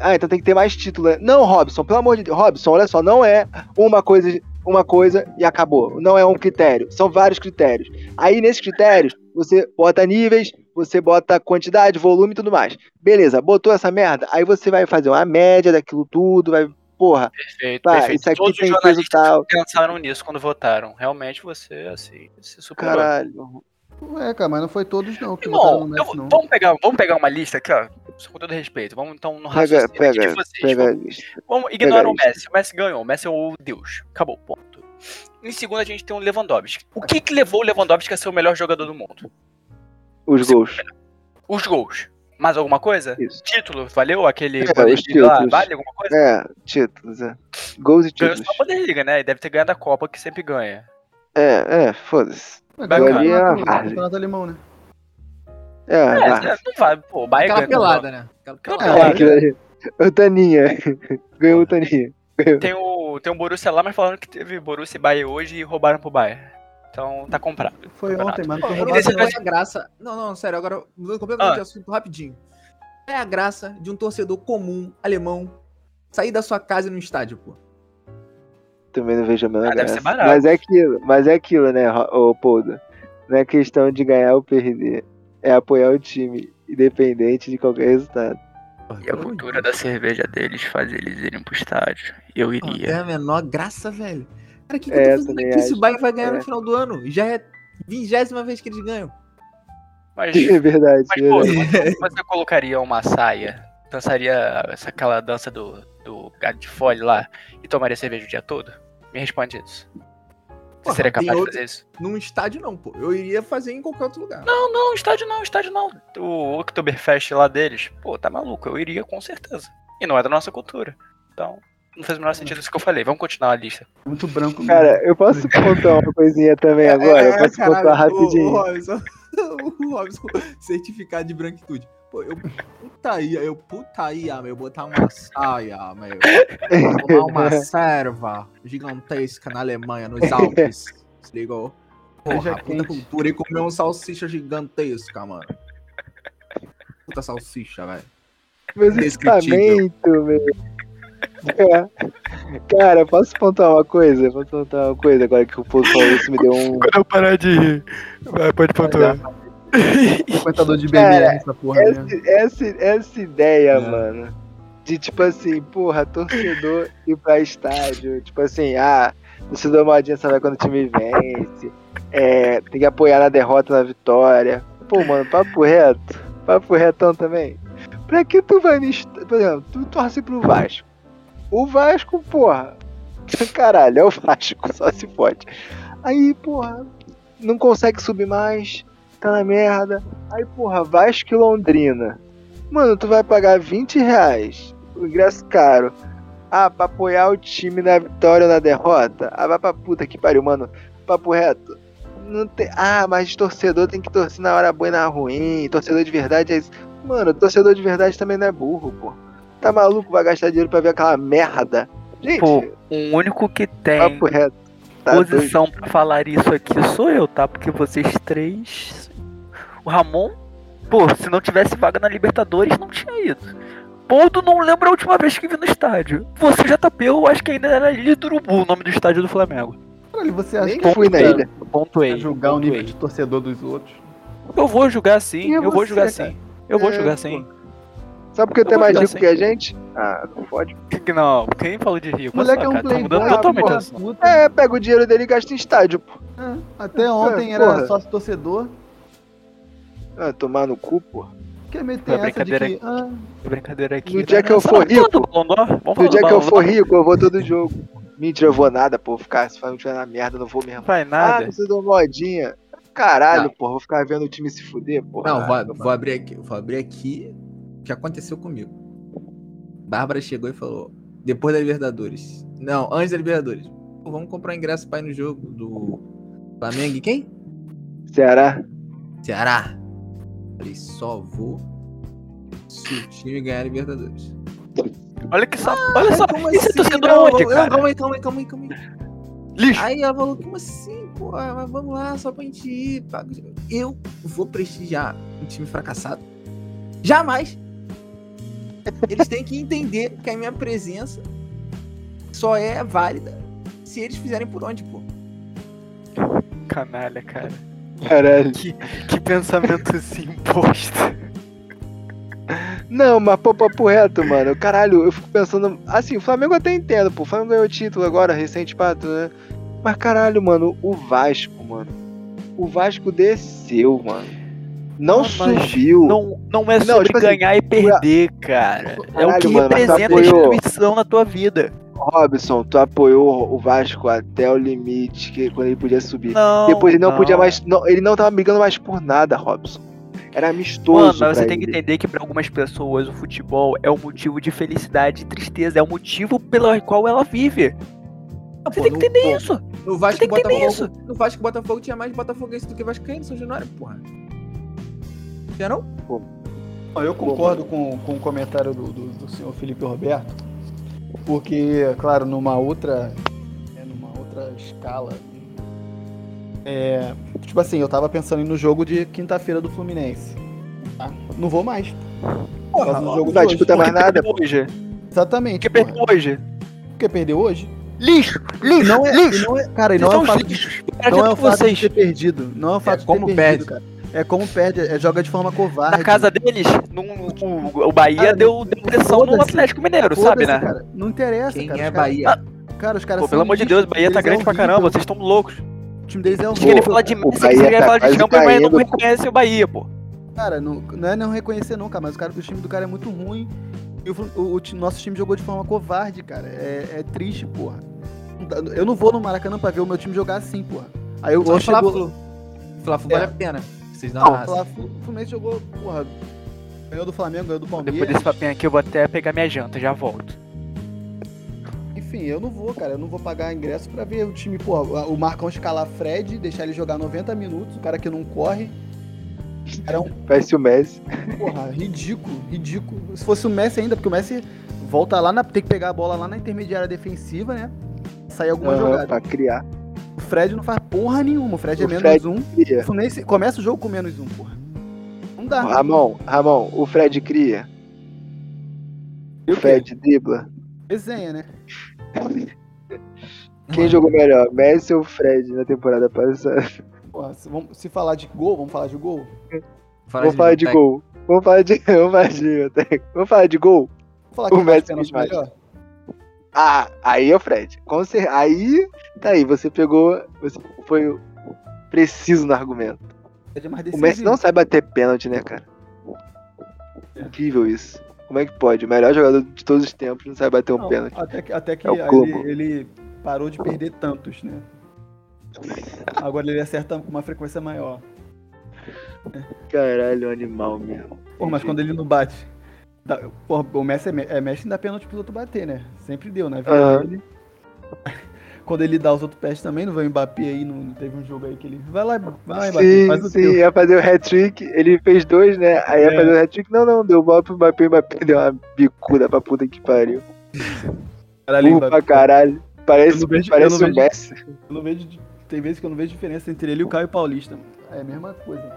Ah, então tem que ter mais título, né? Não, Robson, pelo amor de Deus. Robson, olha só, não é uma coisa, uma coisa e acabou. Não é um critério, são vários critérios. Aí nesses critérios, você bota níveis, você bota quantidade, volume e tudo mais. Beleza, botou essa merda, aí você vai fazer uma média daquilo tudo, vai, porra, Perfeito, Tá, perfeito. isso aqui Todos tem os jornalistas peso tal. pensaram nisso quando votaram. Realmente você, assim, se superou. caralho. É, cara, mas não foi todos não que votaram Irmão, no eu- Messi, não. vamos, pegar, vamos pegar uma lista aqui, ó. só Com todo respeito, vamos então no Pega- raciocínio aqui pega- de vocês. Pega Vamos- isso. Vamos ignorar o isso. Messi. O Messi ganhou. O Messi é o Deus. Acabou, ponto. Em segundo, a gente tem o Lewandowski. O que, que levou o Lewandowski a ser o melhor jogador do mundo? os gols. Os gols. Mais alguma coisa? Isso. Título, valeu? Aquele É, Bundesliga os lá, títulos. vale alguma coisa? É, títulos, é. Gols e Ganhou títulos. só a Bundesliga, né? E deve ter ganhado a Copa, que sempre ganha. É, é, foda-se. Mas Bacana. ganhou o campeonato- Ali é o várzea. campeonato alemão, né? É, É, vai. não vale. Pô, o Bahia Aquela ganha. pelada, né? Aquela Aquela pelada. É, aquilo ali. O Taninha. Ganhou o Taninha. Tem o, tem o Borussia lá, mas falando que teve Borussia e Bahia hoje e roubaram pro Bahia. Então tá comprado. Foi Campeonato. ontem, mas não Pô, foi eu Ele não roubado. desse- sei qual é a graça. Não, não, sério, agora mudando completamente Ah. de assunto rapidinho. Qual é a graça de um torcedor comum, alemão, sair da sua casa e ir no estádio, pô? Também não vejo a menor Ah, deve graça. ser barato. Mas é aquilo, mas é aquilo, né, Ro- ô Poldo? Não é questão de ganhar ou perder. É apoiar o time, independente de qualquer resultado. E a cultura da cerveja deles faz eles irem pro estádio. Eu Pô, Não tem iria. a menor graça, velho. Cara, o que, que É, eu eu tô fazendo também aqui? Esse acho. bairro vai Vai ganhar É. no final do ano. Já é vigésima vez que eles ganham. Mas, É verdade, mas é pô, verdade. você, você colocaria uma saia dançaria essa, aquela dança do, do gado de fole lá e tomaria cerveja o dia todo? Me responde isso. Você Porra, seria tem capaz de outro- fazer isso? Num estádio, não, pô. Eu iria fazer em qualquer outro lugar. Não, não, estádio não, estádio não. O Oktoberfest lá deles, pô, tá maluco, eu iria com certeza. E não é da nossa cultura. Então, não fez o menor sentido isso que eu falei. Vamos continuar a lista. Muito branco né? mesmo. Cara, eu posso contar uma coisinha também agora? eu posso é, caralho, contar o- rapidinho. O, Robson, o Robson, certificado de branquitude. Pô, eu putaria, eu putaria, meu, botar uma saia, meu. Tomar uma serva gigantesca na Alemanha, nos Alpes. Se ligou? Porra, puta cultura. E comer uma salsicha gigantesca, mano. Puta salsicha, velho. Meus Indescritível. equipamentos, meu. É. Cara, posso contar uma coisa? Posso contar uma coisa agora que o povo falou isso me deu um. Quando eu parar de rir, vai, pode pontuar. frequentador de Cara, BMR, essa porra né? mesmo. Essa, essa, essa ideia, É. mano. De tipo assim, porra, torcedor ir pra estádio. Tipo assim, ah, torcedor modinha só vai quando o time vence. É, tem que apoiar na derrota, na vitória. Pô, mano, papo reto. Papo retão também. Pra que tu vai me. est- Por exemplo, tu torce pro Vasco. O Vasco, porra. Caralho, é o Vasco, só se pode. Aí, porra, não consegue subir mais. Tá na merda. Aí, porra, Vasco e Londrina. Mano, tu vai pagar 20 reais. O ingresso caro. Ah, pra apoiar o time na vitória ou na derrota? Ah, vai pra puta que pariu, mano. Papo reto. Não tem... Ah, mas torcedor tem que torcer na hora boa e na ruim. Torcedor de verdade é isso. Mano, torcedor de verdade também não é burro, pô. Tá maluco, vai gastar dinheiro pra ver aquela merda. Gente, Pô, o Um único que tem papo reto. Tá doido. posição pra falar isso aqui sou eu, tá? Porque vocês três. O Ramon, pô, se não tivesse vaga na Libertadores, não tinha ido. Porto não lembra a última vez que vi no estádio. Você já tapeu, acho que ainda era Ilha do Urubu, o nome do estádio do Flamengo. Caralho, você acha Nem que Tá. fui na pra- ilha. pra Pontuei. julgar o nível pontuei. de torcedor dos outros? Eu vou julgar sim, Quem é eu vou você, julgar cara? sim. Eu vou É, julgar pô. sim. Só porque Eu tu é vou mais ficar rico sem. que a gente? Ah, não pode. Que Não, quem falou de Rio? O moleque é um tá playboy, mudando ah, totalmente porra, o assunto. puta. É, pega o dinheiro dele e gasta em estádio, pô. né? É, Até ontem era porra. sócio torcedor. Ah, tomar no cu, pô. Quer meter Foi essa brincadeira de que... Ah, Brincadeira aqui. No né? dia que eu Nossa, for vamos falar do Londó? Vamos falar No do dia que eu Londó? for rico, eu vou todo jogo. Mentira, eu vou nada, pô. Vou ficar, se não tiver na merda, eu não vou Não mesmo. vai Ah, nada. você deu modinha. Caralho, Não. pô. Vou ficar vendo o time se fuder, pô. Ah, Não, vou, vou abrir aqui. Vou abrir aqui o que aconteceu comigo. Bárbara chegou e falou: depois da Libertadores. Não, antes da Libertadores. Pô, vamos comprar um ingresso pra ir no jogo do Flamengo e quem? Ceará. Ceará. Falei, só vou se o time ganhar a Libertadores. Olha que só. olha só. Como Esse assim? torcedor Não, onde, não, cara? Calma aí, calma aí, calma aí, calma aí. Lixo. Aí ela falou, como assim, pô? Mas vamos lá, só pra gente ir. paga o dinheiro. Eu vou prestigiar um time fracassado? Jamais! Eles têm que entender que a minha presença só é válida se eles fizerem por onde, pô. Ah, Canalha, cara. Caralho. Que pensamento se imposta. Não, mas pô, papo reto, mano. Caralho, eu fico pensando. Assim, o Flamengo até entendo, pô. O Flamengo ganhou o título agora, recente pato, né? Mas caralho, mano, o Vasco, mano. O Vasco desceu, mano. Não Ah, mas subiu. Não, não é Não, sobre tipo assim, ganhar e perder, cara. é o Caralho, que mano, mas representa a apoiou. instituição na tua vida. Robson, tu apoiou o Vasco até o limite que quando ele podia subir. Não. Depois ele não, podia mais. não, ele não tava brigando mais por nada, Robson. Era Mano, amistoso. mas você pra tem que ele. entender que pra algumas pessoas o futebol é um motivo de felicidade e tristeza. É o motivo pelo qual ela vive. Você pô, tem que no- entender pô, isso. No Vasco Você e tem que entender Botafogo. No Vasco e Botafogo tinha mais Botafoguense do que Vascaíno, São Januário, porra. Já não? Ó, Eu concordo com, com o comentário do, do, do senhor Felipe Roberto, porque, é claro, numa outra, né, numa outra escala. é, tipo assim, eu tava pensando em ir no jogo de quinta-feira do Fluminense. Ah, não vou mais. Por causa do jogo não de vai hoje. disputar mais nada. pô. hoje. Porque Exatamente. porra. perdeu hoje. Porque perdeu hoje? Lixo, E lixo, não é, lixo. e não é, cara, e Vocês não é são o os fato de lixos. Não é o Acredito que fato de vocês. ter perdido. Não é o fato de ter como perdido, cara. É como perde, é joga de forma covarde. Na casa deles, num- o, o Bahia Cara, deu deu pressão no foda-se. Atlético Mineiro, Foda-se, sabe, né? cara. Não interessa, Quem cara. é Os caras- Bahia? Ah, Cara, os caras Pô, são pelo amor de lixos, Deus, Bahia tá eles grande pra são caramba, horríveis. vocês estão loucos. O time deles é Vocês querem horrível. falar de o Messi, vocês Bahia querem tá falar de quase Champions, mas não caindo. reconhecem o Bahia, pô. Cara, não, não é não reconhecer não, cara, mas o, cara, o time do cara é muito ruim. E o, o- o ti- nosso time jogou de forma covarde, cara. É, é triste, porra. Não dá- Eu não vou no Maracanã pra ver o meu time jogar assim, porra. Aí eu Só eu falar chego- Flu. Ah, Falar Flu É. vale a pena. Vocês dão Não, uma raça. lá, Flu- o Fluminense jogou, porra. Ganhou do Flamengo, ganhou do Depois Palmeiras. desse papinho aqui, eu vou até pegar minha janta, já volto. Enfim, eu não vou, cara. Eu não vou pagar ingresso pra ver o time, porra. O Marcão escalar Fred, deixar ele jogar 90 minutos, o cara que não corre. Era um Parece o Messi. Porra, ridículo, ridículo. Se fosse o Messi ainda, porque o Messi volta lá na. tem que pegar a bola lá na intermediária defensiva, né? Sair alguma Aham, jogada. pra criar. O Fred não faz porra nenhuma. O Fred é O menos Fred- um. O Cria. Fluminense começa o jogo com menos um, porra. Não dá. Ramon, Ramon, o Fred cria. E O o quê? Fred dribla. Resenha, né? Quem jogou melhor, Messi ou Fred na temporada passada? Porra, se, vamos, se falar de gol, vamos falar de gol? Vou falar de gol. Vou falar de, vamos falar de, vamos falar de gol. Vamos falar O quem bate Messi fez pênalti mais. melhor? Ah, aí é o Fred. Com cer- Aí, tá aí, você pegou. Você foi preciso no argumento. O Fred é mais O Messi decisivo. não sabe bater pênalti, né, cara? Incrível isso. Como é que pode? O melhor jogador de todos os tempos não sabe bater um Não, pênalti. Até que, até que É o aí Globo. ele, ele parou de perder tantos, né? Agora ele acerta com uma frequência maior. Caralho, animal mesmo. Pô, mas quando ele não bate. Dá, pô, o Messi é, me- é Messi dá pênalti pro outro bater, né? Sempre deu, né? Aham. Ele- Quando ele dá os outros pés também, não vai o Mbappé aí, não, não teve um jogo aí que ele. Vai lá, vai, Mbappé, faz sim, o sim, teu. ia fazer o hat-trick, ele fez dois, né? Aí ia É. fazer o hat-trick, não, não, deu bola pro Mbappé, o Mbappé deu uma bicuda pra puta que pariu. Caralho, Ufa, Mbappé. caralho. tá Eu Parece, não vejo- eu parece não o vejo- Messi. Eu não vejo, di- tem vezes que eu não vejo diferença entre ele e o Caio Paulista. mano. É a mesma coisa.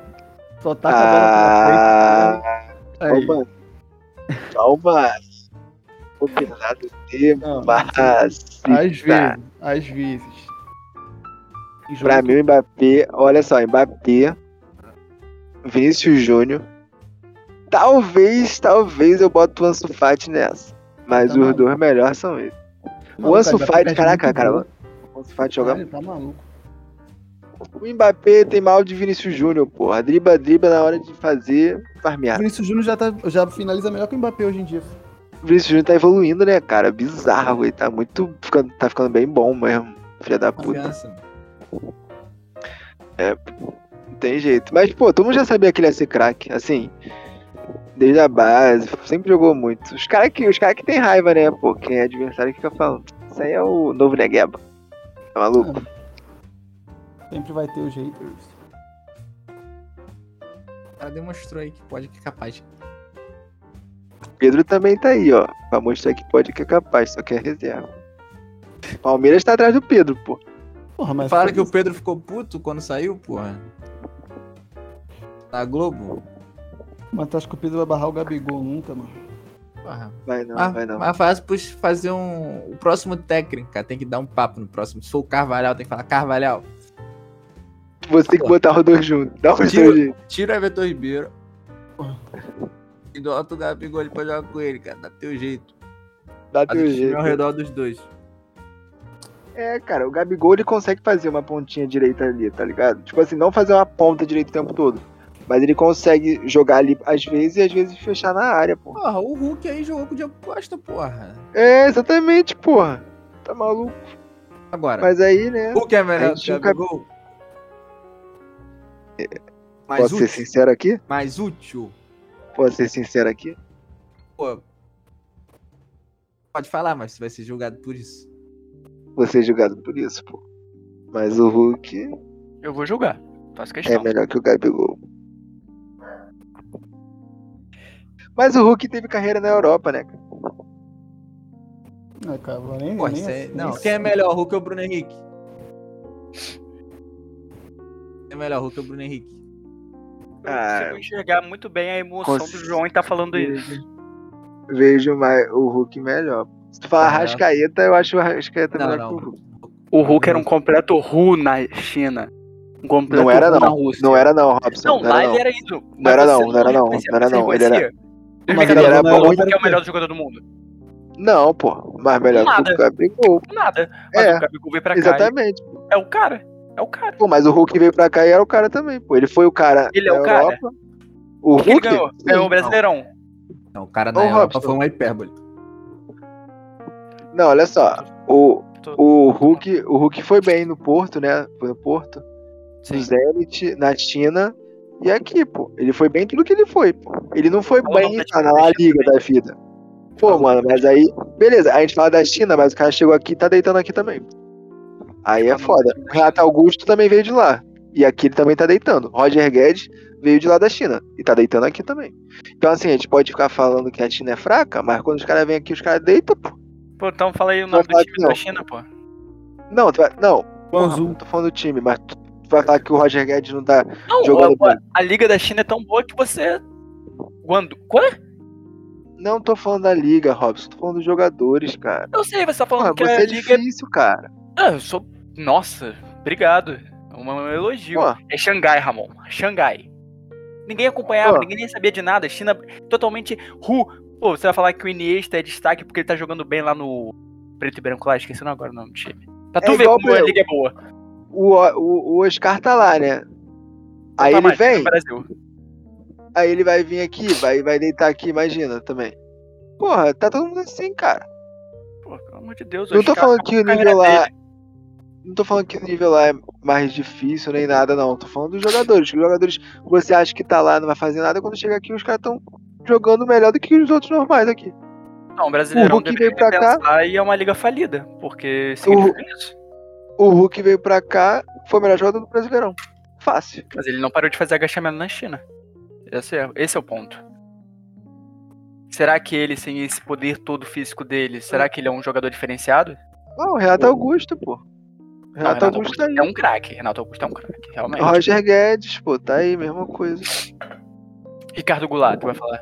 Só tá com a bola Ah, pela frente. né? É Aí, calma. Calma. Vou pesar do tempo, Não, mas. às vezes, às vezes. Em jogo Pra mim, o Mbappé, olha só, Mbappé, Vinícius Júnior. Talvez, talvez eu boto o Ansu Fati nessa. Mas Tá os maluco. dois melhores são eles. Maluco, o Ansu cara, Fati, perde caraca, muito cara. gol. O Ansu Fati joga. Caralho, tá maluco. O Mbappé tem mal de Vinícius Júnior, porra. Driba, driba na hora de fazer, O farmear. Vinícius Júnior já, tá, já finaliza melhor que o Mbappé hoje em dia. O Vinícius Júnior tá evoluindo, né, cara? Bizarro, ele tá muito. ficando- tá ficando bem bom mesmo. Filha da puta. Confiança. Não tem jeito. Mas, pô, todo mundo já sabia que ele ia ser craque, assim. Desde a base, sempre jogou muito. Os caras que, os cara que tem raiva, né, pô? Quem é adversário fica falando. Isso aí é o novo Negueba. Tá maluco? Sempre vai ter os haters. Ela demonstrou aí que pode, que é capaz. Pedro também tá aí, ó. Pra mostrar que pode que é capaz, só que é reserva. Palmeiras tá atrás do Pedro, pô. Porra, mas. Falaram que o Pedro ficou puto quando saiu, porra. Da Globo? Mas tu acha que o Pedro vai barrar o Gabigol nunca, mano? Porra. Vai não, Mas, vai não. Ah, mas faz pros fazer um. O próximo técnico, cara, tem que dar um papo no próximo. Se for o Carvalhal, tem que falar: Carvalhal, Você tem que pô. botar os dois juntos. Dá um os Tiro- dois juntos. tira o Everton Ribeiro. E bota o Gabigol ali pra jogar com ele, cara. Dá teu jeito. Dá Faz o teu time é jeito. ao redor dos dois. É, cara, o Gabigol ele consegue fazer uma pontinha direita ali, tá ligado? Tipo assim, não fazer uma ponta direita o tempo todo. Mas ele consegue jogar ali às vezes e às vezes fechar na área, pô. Porra, o Hulk aí jogou com o Diego Costa, porra. É, exatamente, porra. Tá maluco. Agora, Mas aí, né? Hulk é a melhor gente que o nunca- Gabigol? Mais É, Posso ser útil, sincero aqui? mais útil. Posso ser sincero aqui? Pô, pode falar, mas você vai ser julgado por isso. Vou ser julgado por isso, pô. Mas o Hulk Eu vou julgar. Faço questão. é melhor que o Gabigol. Mas o Hulk teve carreira na Europa, né? cara? Não, cara, vou nem, Pô, nem, isso é- nem- não, nem- assim. quem é melhor, o Hulk ou o Bruno Henrique? Quem é melhor, o Hulk ou o Bruno Henrique? Eu Ah, consigo enxergar muito bem a emoção cons- do João em tá falando isso. Vejo mais o Hulk melhor. Se tu falar Tá melhor. Rascaeta, eu acho o Rascaeta Não, melhor não. que o Hulk. O Hulk era um completo ru na China. Um completo Não era ru na não. Rússia. Não era não, Robson. Não, Não, lá era, ele não. era isso. Mas Não era você não, não era não, reconhecia, não era você não, ele era- reconhecia. Mas ele era bom. Hulk é o melhor jogador do mundo. Não, pô. Mas melhor que Nada. o Gabigol. Nada. Mas o É, Gabigol veio pra cá. exatamente. e É o cara. É o cara. Pô, mas o Hulk veio pra cá e era o cara também, pô. Ele foi o cara Ele da é o cara. Europa. O Quem Hulk? ganhou? Ganhou o Brasileirão. Não, o cara da Ô, Europa Robson. foi uma hipérbole. Não, olha só. O, Tô- o, Hulk, o Hulk foi bem no Porto, né? Foi no Porto. No Sim. Zenit, na China. E aqui, pô. Ele foi bem em tudo que ele foi, pô. Ele não foi Falou bem da na China, La da China Liga da vida. Pô, mano, mas aí. Beleza, a gente fala da China, mas o cara chegou aqui e tá deitando aqui também. Aí é foda. O Renato Augusto também veio de lá. E aqui ele também tá deitando. Roger Guedes veio de lá da China. E tá deitando aqui também. Então, assim, a gente pode ficar falando que a China é fraca, mas quando os caras vêm aqui, os caras deitam, pô. Pô, então fala aí o nome do falar que time da não. China, pô. Não, tu vai, não. Porra, Azul. eu tô falando do time, mas tu, tu vai falar que o Roger Guedes não tá Não, jogando a, bem. a Liga da China é tão boa que você. Quando? é? Quê? Não tô falando da liga, Robson. Tô falando dos jogadores, cara. Eu sei, você tá Porra, falando que você a é Liga. difícil, cara. Ah, eu sou. Nossa, obrigado. É um um elogio. Pô, É Xangai, Ramon. Xangai. Ninguém acompanhava, Pô. ninguém nem sabia de nada. China totalmente ru. Pô, você vai falar que o Iniesta é destaque porque ele tá jogando bem lá no Preto e Branco lá, esquecendo agora o nome do time. Pra tu É ver igual como a meu. liga é boa. Não o, o, o Oscar tá lá, né? Aí tá ele mais, tá vem, no Brasil. aí ele vai vir aqui, vai, vai deitar aqui, imagina também. Porra, tá todo mundo assim, cara. Pô, pelo amor de Deus. Não tô Oscar falando acabou que o com a nível carreira lá. dele. Não tô falando que o nível lá é mais difícil nem nada, não. Tô falando dos jogadores. que Os jogadores você acha que tá lá, não vai fazer nada, quando chega aqui, os caras tão jogando melhor do que os outros normais aqui. Não, o brasileirão O Hulk deveria veio pra cá. pensar e é uma liga falida. Porque significa isso. O Hulk veio pra cá, foi o melhor jogador do Brasileirão. Fácil. Mas ele não parou de fazer agachamento na China. Esse é, esse é o ponto. Será que ele, sem esse poder todo físico dele, será que ele é um jogador diferenciado? Ah, o Renato Augusto, pô. Renato, Não, Renato Augusto tá aí. É um craque. Renato Augusto é um craque, realmente. Roger Guedes, pô, tá aí, mesma coisa. Ricardo Goulart, tu vai falar.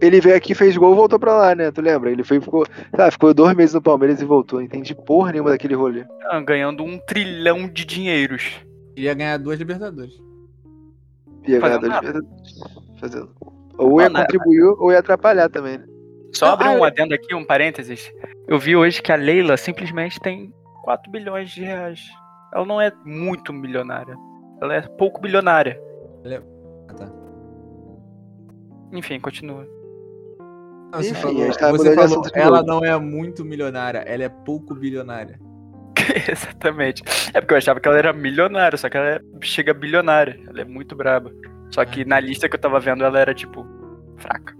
Ele veio aqui, fez gol, voltou pra lá, né? Tu lembra? Ele foi, ficou, sabe, ficou dois meses no Palmeiras e voltou. Não entendi porra nenhuma daquele rolê. Ah, ganhando um trilhão de dinheiros. Iria ganhar duas Libertadores. E é Fazendo verdade, fazendo. Ou ia Não, né? não era, contribuir ou ia atrapalhar também, né? Só Não, abrir ah, um eu- adendo aqui, um parênteses. Eu vi hoje que a Leila simplesmente tem 4 bilhões de reais. Ela não é muito milionária. Ela é pouco bilionária. Ah, tá. Enfim, continua. Não, você Enfim, falou, a gente tá mudando você de falou, assunto de ela novo. não é muito milionária, ela é pouco bilionária. Exatamente. É porque eu achava que ela era milionária, só que ela é- chega bilionária. Ela é muito braba. Só É. que na lista que eu tava vendo, ela era, tipo, fraca.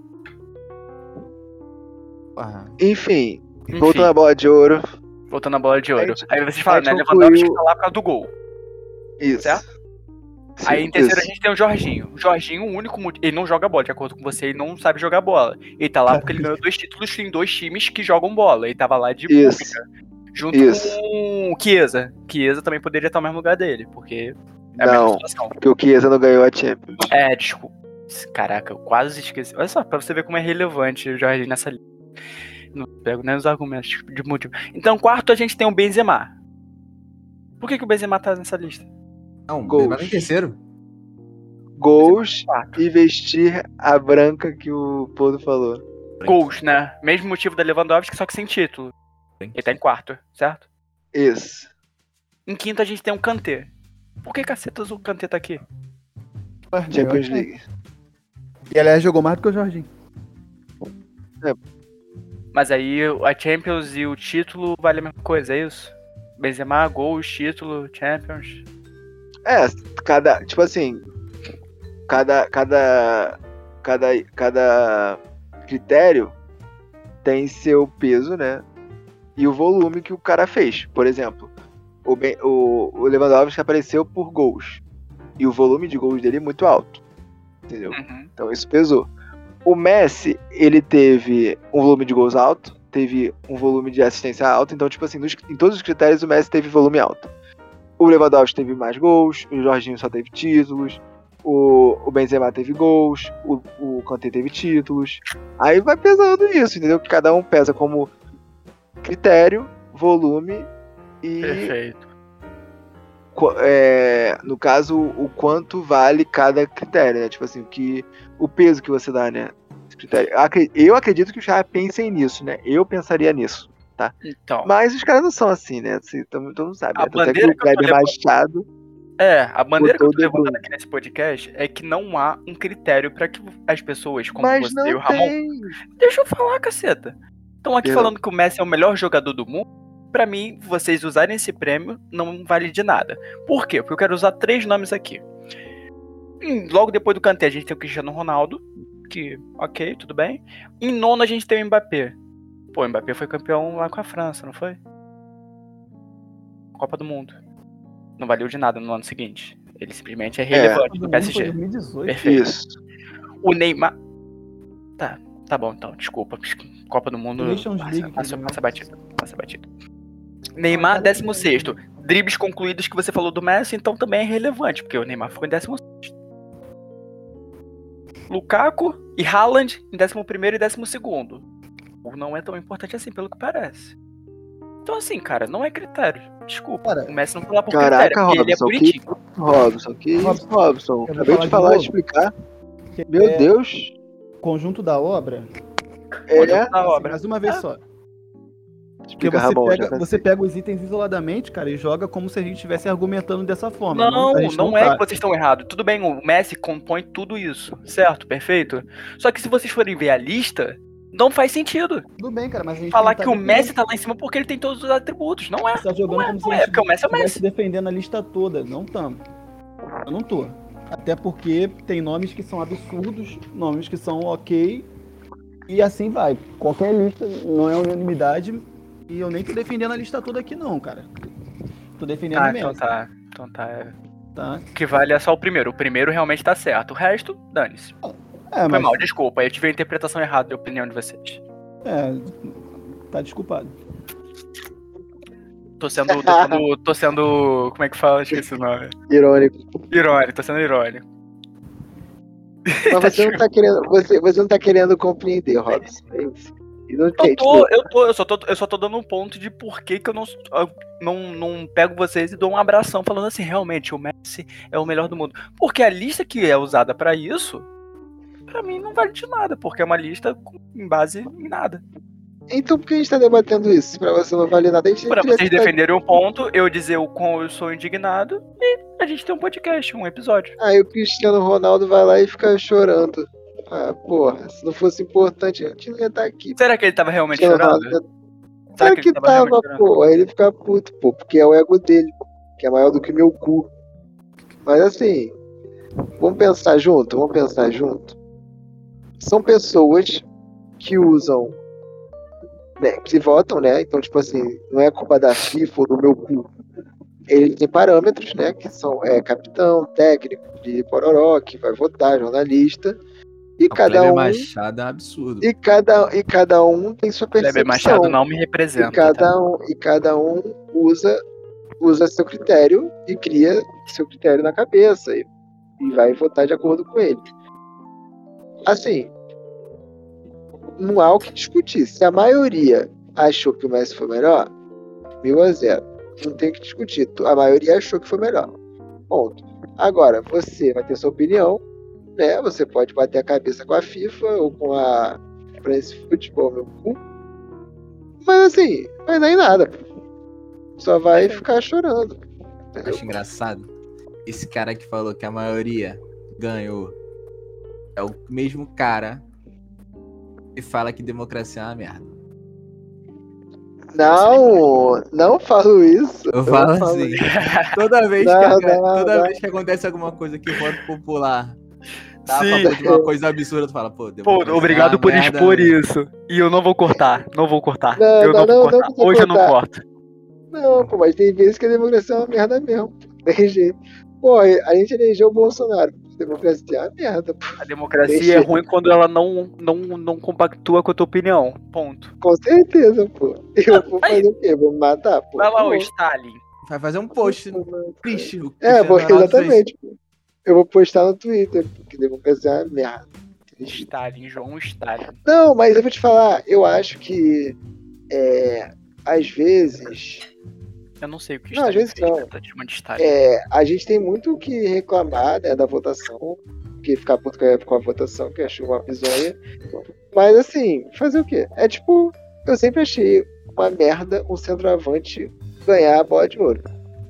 Porra. Enfim, Enfim, voltando à bola de ouro. voltando à bola de ouro. gente- Aí vocês falam, a gente né? concluiu- Lewandowski tá lá por causa do gol. Isso. Certo? Sim, Aí em terceiro a isso. gente tem o Jorginho. O Jorginho, o único motivo. Ele não joga bola, de acordo com você, ele não sabe jogar bola. Ele tá É. lá porque ele ganhou dois títulos em dois times que jogam bola. Ele tava lá de Isso. pública. Junto Isso. com o Chiesa. Chiesa também poderia estar no mesmo lugar dele, porque é a mesma Não, situação. porque o Chiesa não ganhou a Champions. É, desculpa. Caraca, eu quase esqueci. Olha só, pra você ver como é relevante o Jorginho nessa lista. Não pego nem os argumentos de motivo. Então, quarto, a gente tem o Benzema. Por que, que o Benzema tá nessa lista? Não, Gols. Benzema tá em terceiro. Gols Quarto. e vestir a branca que o Podo falou. Gols, né? Mesmo motivo da Lewandowski, só que sem título. Tem. Ele tá em quarto, certo? Isso. Em quinto, a gente tem o Kanté. Por que cacetas o Kanté tá aqui? Champions League. E aliás, jogou mais do que o Jorginho. Mas aí a Champions e o título vale a mesma coisa, é isso? Benzema, gols, título, Champions. É, cada. Tipo assim. Cada. Cada. Cada. Cada critério tem seu peso, né? E o volume que o cara fez. Por exemplo, o, Ben- o, o Lewandowski apareceu por gols. E o volume de gols dele é muito alto. Entendeu? Uhum. Então isso pesou. O Messi, ele teve um volume de gols alto, teve um volume de assistência alto, então, tipo assim, nos- em todos os critérios, o Messi teve volume alto. O Lewandowski teve mais gols, o Jorginho só teve títulos, o, o Benzema teve gols, o, o Kanté teve títulos. Aí vai pesando isso, entendeu? Que cada um pesa como critério, volume e, Perfeito. qu- é, no caso, o quanto vale cada critério, né? Tipo assim, o que, o peso que você dá, né? Esse critério. Acre- Eu acredito que os caras pensem nisso, né? Eu pensaria nisso. Então. Mas os caras não são assim, né? Assim, todo todo mundo sabe. A né? Tanto é que bandeira o que eu tô Kleber levando- Machado. É, a maneira que eu Botou tô levantando dedo. aqui nesse podcast é que não há um critério pra que as pessoas, como Mas você e o não Ramon, tem. Deixa eu falar, caceta. Estão aqui Perdão. falando que o Messi é o melhor jogador do mundo. Pra mim, vocês usarem esse prêmio não vale de nada. Por quê? Porque eu quero usar três nomes aqui. Hum, logo depois do Kanté, a gente tem o Cristiano Ronaldo, que, ok, tudo bem. Em nono, a gente tem o Mbappé. Pô, o Mbappé foi campeão lá com a França, não foi? Copa do Mundo. Não valeu de nada no ano seguinte. Ele simplesmente é relevante no PSG. 2018. Perfeito. Isso. O Neymar. Tá, tá bom então, desculpa. Copa do Mundo. Nations Passa, League, passa, né? passa batida. Passa batida. Neymar, 16. Dribles concluídos que você falou do Messi, então também é relevante, porque o Neymar ficou em 16. Lukaku e Haaland em 11 e 12. O não é tão importante assim, pelo que parece. Então, assim, cara, não é critério. Desculpa. Cara, o Messi não foi lá por Caraca, critério, porque ele é Robson, que- bonitinho. Robson, que isso, Robson? quer Acabei falar de de falar, novo? de explicar. Que Meu é Deus. Conjunto da obra. É, Na Assim, obra. Mais uma vez só. Porque explica, você Ramon. já tá pega, cansei. você pega os itens isoladamente, cara, e joga como se a gente estivesse argumentando dessa forma. Não, a gente não é tá. que vocês estão errados. Tudo bem, o Messi compõe tudo isso, certo? Perfeito? Só que se vocês forem ver a lista, não faz sentido Tudo bem, cara, mas a gente falar não tá que o defendendo- Messi tá lá em cima porque ele tem todos os atributos. Não é, tá jogando não é, como não se a é, gente porque o Messi é o Messi. estivesse defendendo a lista toda. Não tamo. Eu não tô. Até porque tem nomes que são absurdos, nomes que são ok, e assim vai. Qualquer lista não é unanimidade, e eu nem tô defendendo a lista toda aqui não, cara. Tô defendendo Tá, o Messi, então tá. Então tá. é. tá? O que vale é só o primeiro. O primeiro realmente tá certo. O resto, dane-se. É, Foi mas mal, desculpa. Eu tive a interpretação errada da opinião de vocês. é, tá desculpado. Tô sendo. Tô sendo. tô sendo- como é que fala? Esqueci o nome. Irônico. Tá Irônico, tô sendo irônico. Mas você não tá querendo, você, você não tá querendo compreender, Robson. É isso. E não tem, Eu tô, tipo, eu tô, eu só tô, eu só tô dando um ponto de por que, que eu não, eu não, não pego vocês e dou um abração falando assim, realmente, o Messi é o melhor do mundo. Porque a lista que é usada pra isso, pra mim não vale de nada, porque é uma lista com- em base em nada. então por que a gente tá debatendo isso? Se Pra você não valer nada, a gente Pra devia vocês tá- defenderem um ponto, eu dizer o quão eu sou indignado e a gente tem um podcast, um episódio. Aí o Cristiano Ronaldo vai lá e fica chorando. Ah, porra, se não fosse importante, eu tinha que estar tá aqui. Será que ele tava realmente Cristiano chorando? Ronaldo Será que, tava, pô? Aí ele fica puto, pô, porque é o ego dele, que é maior do que meu cu. Mas assim, vamos pensar junto, vamos pensar junto. São pessoas que usam, né, que votam, né? Então, tipo assim, não é culpa da FIFA ou do meu cu. Ele tem parâmetros, né? Que são é, capitão, técnico, de pororó, que vai votar, jornalista. E O cada Kleber um. Machado é um absurdo. E cada, e cada um tem sua percepção. Kleber Machado não me E representa. tá? cada, um, e cada um usa usa seu critério e cria seu critério na cabeça e, e vai votar de acordo com ele. Assim, não há o que discutir. Se a maioria achou que o Messi foi melhor, mil a zero. Não tem o que discutir. Tu- A maioria achou que foi melhor. Ponto. Agora, você vai ter sua opinião, né? Você pode bater a cabeça com a FIFA ou com a France Football, meu cu. Mas assim, vai dar em nada. Só vai ficar chorando. Eu acho engraçado. Esse cara que falou que a maioria ganhou é o mesmo cara que fala que democracia é uma merda. Não, não falo isso. Eu falo assim. Toda vez, que, Não, aca- não, toda não. vez que acontece alguma coisa que voto popular tá a Sim. favor de uma coisa absurda, tu fala, pô, Pô, democracia é obrigado uma por merda, expor né? isso. E eu não vou cortar, não vou cortar. Não, eu não, não, não, vou não cortar. precisa Hoje eu não cortar. corto. Não, pô, mas tem vezes que a democracia é uma merda mesmo. Tem jeito. Pô, a gente elegeu o Bolsonaro. A democracia é uma merda. pô. A democracia Deixa- é ruim quando ela não, não, não compactua com a tua opinião. Ponto. Com certeza, pô. Eu vou mas- fazer o quê? Vou me matar, pô. tá Vai lá, o Pô, Stalin. Vai fazer um post triste. O É, Cristiano vou, Ronaldo fez. exatamente. pô. Eu vou postar no Twitter, porque democracia é uma merda. Stalin, João Stalin. Não, mas eu vou te falar, eu acho que é, às vezes Eu não sei o que Não, às Stalin vezes fez, não. né? Tá chamando de Stalin. é, a gente tem muito o que reclamar né, da votação, que ficar puto com a, com a votação, que achou uma bizonha. Mas assim, fazer o quê? É tipo, eu sempre achei uma merda um centroavante ganhar a bola de ouro.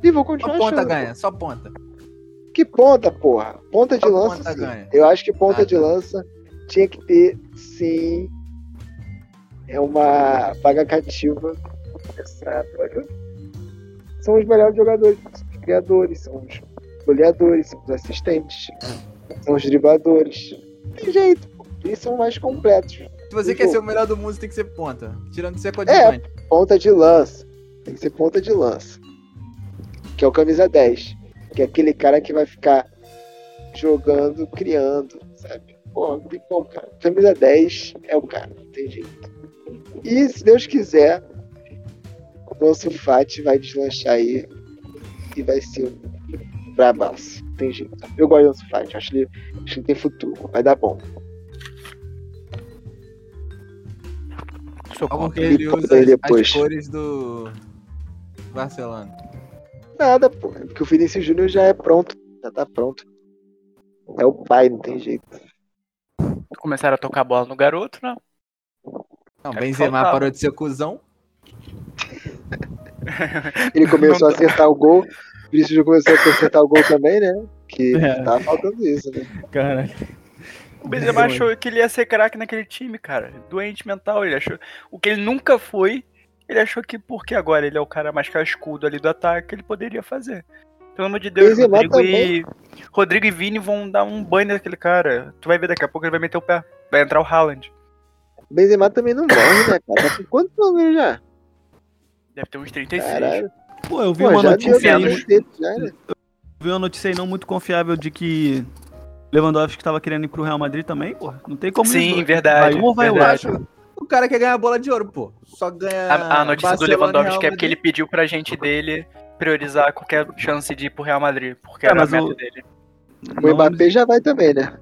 E vou Só continuar ponta achando. ganha, só ponta. Que ponta, porra? Ponta de Qual lança, ponta sim. ganha? Eu acho que ponta Ah, de tá. lança tinha que ter, sim, é uma vaga cativa. Essa vaga. São os melhores jogadores, são os criadores, são os goleadores, são os assistentes, são os dribladores. Não Tem jeito, pô. eles são mais completos. Se você quer ser o melhor do mundo, você tem que ser ponta. Tirando que você é coadjuvante. coadjuvante. Ponta de lança. Tem que ser ponta de lança. Que é o camisa 10. Que é aquele cara que vai ficar jogando, criando, sabe? Pô, não tem como, cara. Camisa 10 é o cara, não tem jeito. E se Deus quiser, o nosso Fati vai deslanchar aí e vai ser brabaço. Não tem jeito. Eu gosto do nosso Fati, acho que ele, acho que ele tem futuro, vai dar bom. Sou Como que contra. ele E usa poderia, as pois. cores do Barcelona? Nada, pô. É porque o Vinícius Júnior já é pronto. Já tá pronto. É o pai, não tem jeito. Começaram a tocar bola no garoto, né? Não, É Benzema faltava. parou de ser cuzão. Ele começou a acertar o gol. O Vinícius Júnior começou a acertar o gol também, né? Que É. tava faltando isso, né? Caralho. O Benzema achou que ele ia ser craque naquele time, cara. Doente mental, ele achou. O que ele nunca foi, ele achou que porque agora ele é o cara mais cascudo ali do ataque, ele poderia fazer. Pelo amor de Deus, Benzema Rodrigo e... Rodrigo e Vini vão dar um banho naquele cara. Tu vai ver daqui a pouco ele vai meter o pé. Vai entrar o Haaland. O Benzema também não morre, né, cara? Tá com quantos anos ele já? Deve ter uns 36. Caralho. Pô, eu vi Pô, uma já notícia deu aí. anos. dois dedos já, né? vi uma notícia aí não muito confiável de que Lewandowski tava querendo ir pro Real Madrid também, pô. Não tem como Sim, os dois. verdade, Vai um ou vai Eu verdade. outro. acho. O cara quer ganhar a bola de ouro, pô. Só ganha. A, a notícia do Barcelona e Lewandowski é Real porque ele Madrid. pediu pra gente dele priorizar qualquer chance de ir pro Real Madrid, porque É, era a mas meta o- dele. O Mbappé já vai também, né?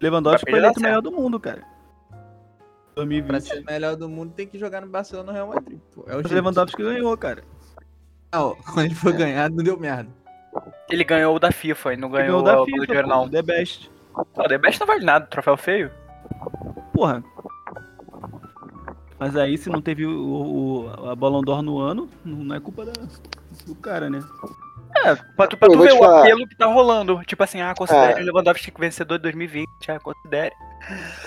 Lewandowski foi Mbappé já eleito o tá melhor do mundo, cara. Pra 2020. ser o melhor do mundo, tem que jogar no Barcelona e Real Madrid. Pô. É o Mas jeito. o Lewandowski ganhou, cara. Ele Ah, ó, quando ele É. for ganhar, não deu merda. Ele ganhou o da FIFA e não ganhou ganhou, da o Bola de FIFA, Ouro, pô, não. The Best. O The Best não vale nada, troféu feio. Porra. Mas aí, se não teve o, o- a Ballon d'Or no ano, não é culpa da- do cara, né? Pra tu, pra Eu tu vou ver te o falar. apelo que tá rolando. Tipo assim, ah, considere Ah. o Lewandowski vencedor de 2020. Ah, considere.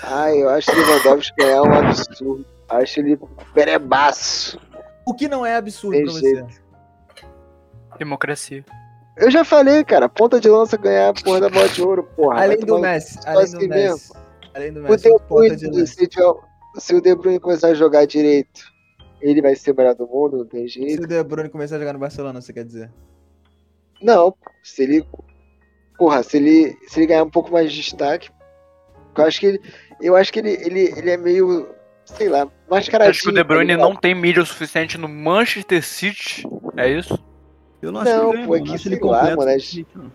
Ah, eu acho que o Lewandowski é um absurdo. Acho ele perebaço. O que não é absurdo Tem pra você. Democracia. Eu já falei, cara. Ponta de lança ganhar a porra da bola de ouro, porra. Além Vai do tomar no Messi. Além do assim Messi. Além do O Messi. De ponta é de Bruyne, lança. se, tiver- se o De Bruyne começar a jogar direito, ele vai ser o melhor do mundo, não tem Se jeito. o De Bruyne começar a jogar no Barcelona, você quer dizer? Não, se ele. Porra, se ele, se ele ganhar um pouco mais de destaque. Eu acho que ele. Eu acho que ele, ele, ele é meio. Sei lá, mascaradinho. Acho que o De tá Bruyne ligado? não tem mídia o suficiente no Manchester City. É isso? Eu não acho Não, que ele pô, ganhou, que não acho ele sei lá, completo. mano, é- gente, não.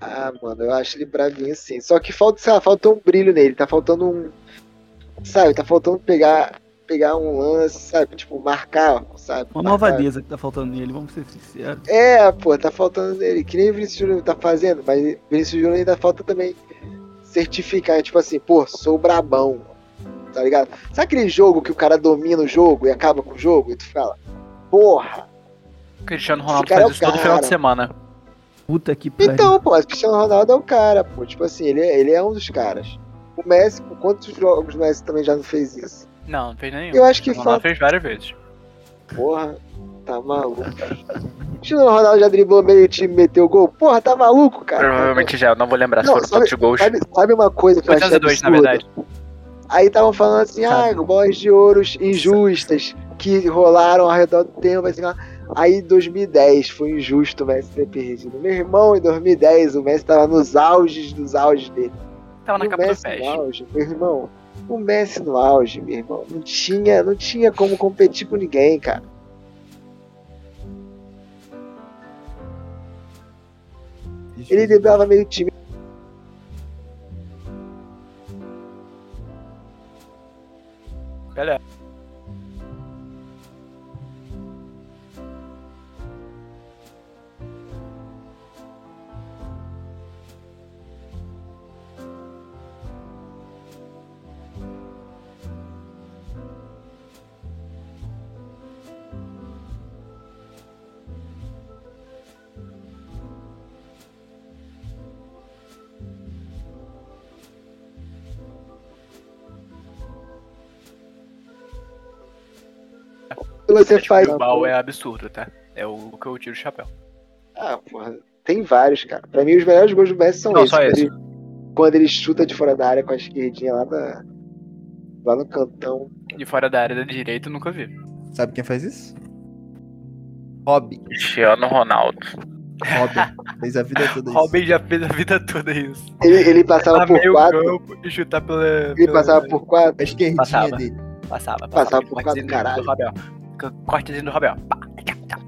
Ah, mano, eu acho ele bravinho sim. Só que falta, sei lá, faltou um brilho nele, tá faltando um. Sabe, tá faltando pegar, pegar um lance, sabe? Tipo, marcar, sabe? Uma Marcar. malvadeza que tá faltando nele, vamos ser sinceros. É, pô, tá faltando nele, que nem o Vinícius Júnior tá fazendo, mas o Vinícius Júnior ainda falta também certificar, tipo assim, pô, sou brabão, tá ligado? Sabe aquele jogo que o cara domina o jogo e acaba com o jogo e tu fala, porra, O Cristiano Esse Ronaldo cara faz é o isso todo cara. final de semana. Puta que pariu. então, pô, o Cristiano Ronaldo é o cara, pô, tipo assim, ele é, ele é um dos caras. O Messi, por quantos jogos o Messi também já não fez isso? Não, não fez nenhum. Eu acho que O Ronaldo falta, fez várias vezes. porra, tá maluco. O Cristiano Ronaldo já driblou meio time, meteu gol, porra, tá maluco, cara. Provavelmente já, eu não vou lembrar se é. Não, foram sabe- tantos gols. Sabe, sabe uma coisa que eu achei 802, na absurda? verdade. Aí estavam falando assim, ah, bolas de ouros injustas que rolaram ao redor do tempo. Assim, lá. aí 2010 foi injusto o Messi ter perdido. Meu irmão, em 2010 o Messi tava nos auges dos auges dele. Tava na E o capa do Messi no PES. auge, meu irmão. O Messi no auge, meu irmão. Não tinha, não tinha como competir com ninguém, cara. Ele liberava meio time. Galera. você faz. Bilbao é absurdo, tá? É o que eu tiro o chapéu. Ah, porra. Tem vários, cara. Pra mim, os melhores gols do Messi são Não, esses. só quando, esse. ele, quando ele chuta de fora da área com a esquerdinha lá, na, lá no cantão. De fora da área da direita, eu nunca vi. Sabe quem faz isso? Robin. Cristiano Ronaldo. Robin. fez a vida toda isso. Robin já fez a vida toda isso. Ele, ele passava Lá por meio quatro. campo e chutar pela. Ele pela- passava por quatro. A esquerdinha Passava. dele. Passava, passava. Passava por quatro, Cortezinho caralho. Do Rabel. Cortezinho do Rabel. Pá, tchá, tchá.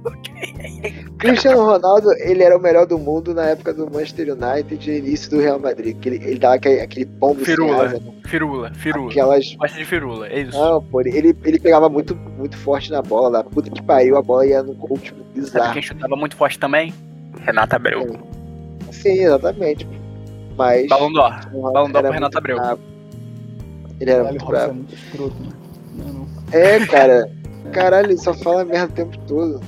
Cristiano Ronaldo, ele era o melhor do mundo na época do Manchester United e início do Real Madrid. Que ele, ele dava aquele, aquele pombo sem Firula. asa, né? Firula, firula. aquelas. Gosta de firula, é isso. Não, pô, ele, ele pegava muito, muito forte na bola lá. Puta que pariu, a bola ia no gol, tipo, Sabe bizarro. quem chutava muito forte também? Renata É Abreu. Sim, exatamente. Mas. Balão d'Or. o Ronaldo Balão d'Or era pro Renato muito Abreu. brabo. Ele era Caralho, o muito Robson é brabo. muito escroto, né? Não, não. É, cara. Caralho, ele só fala merda o tempo todo.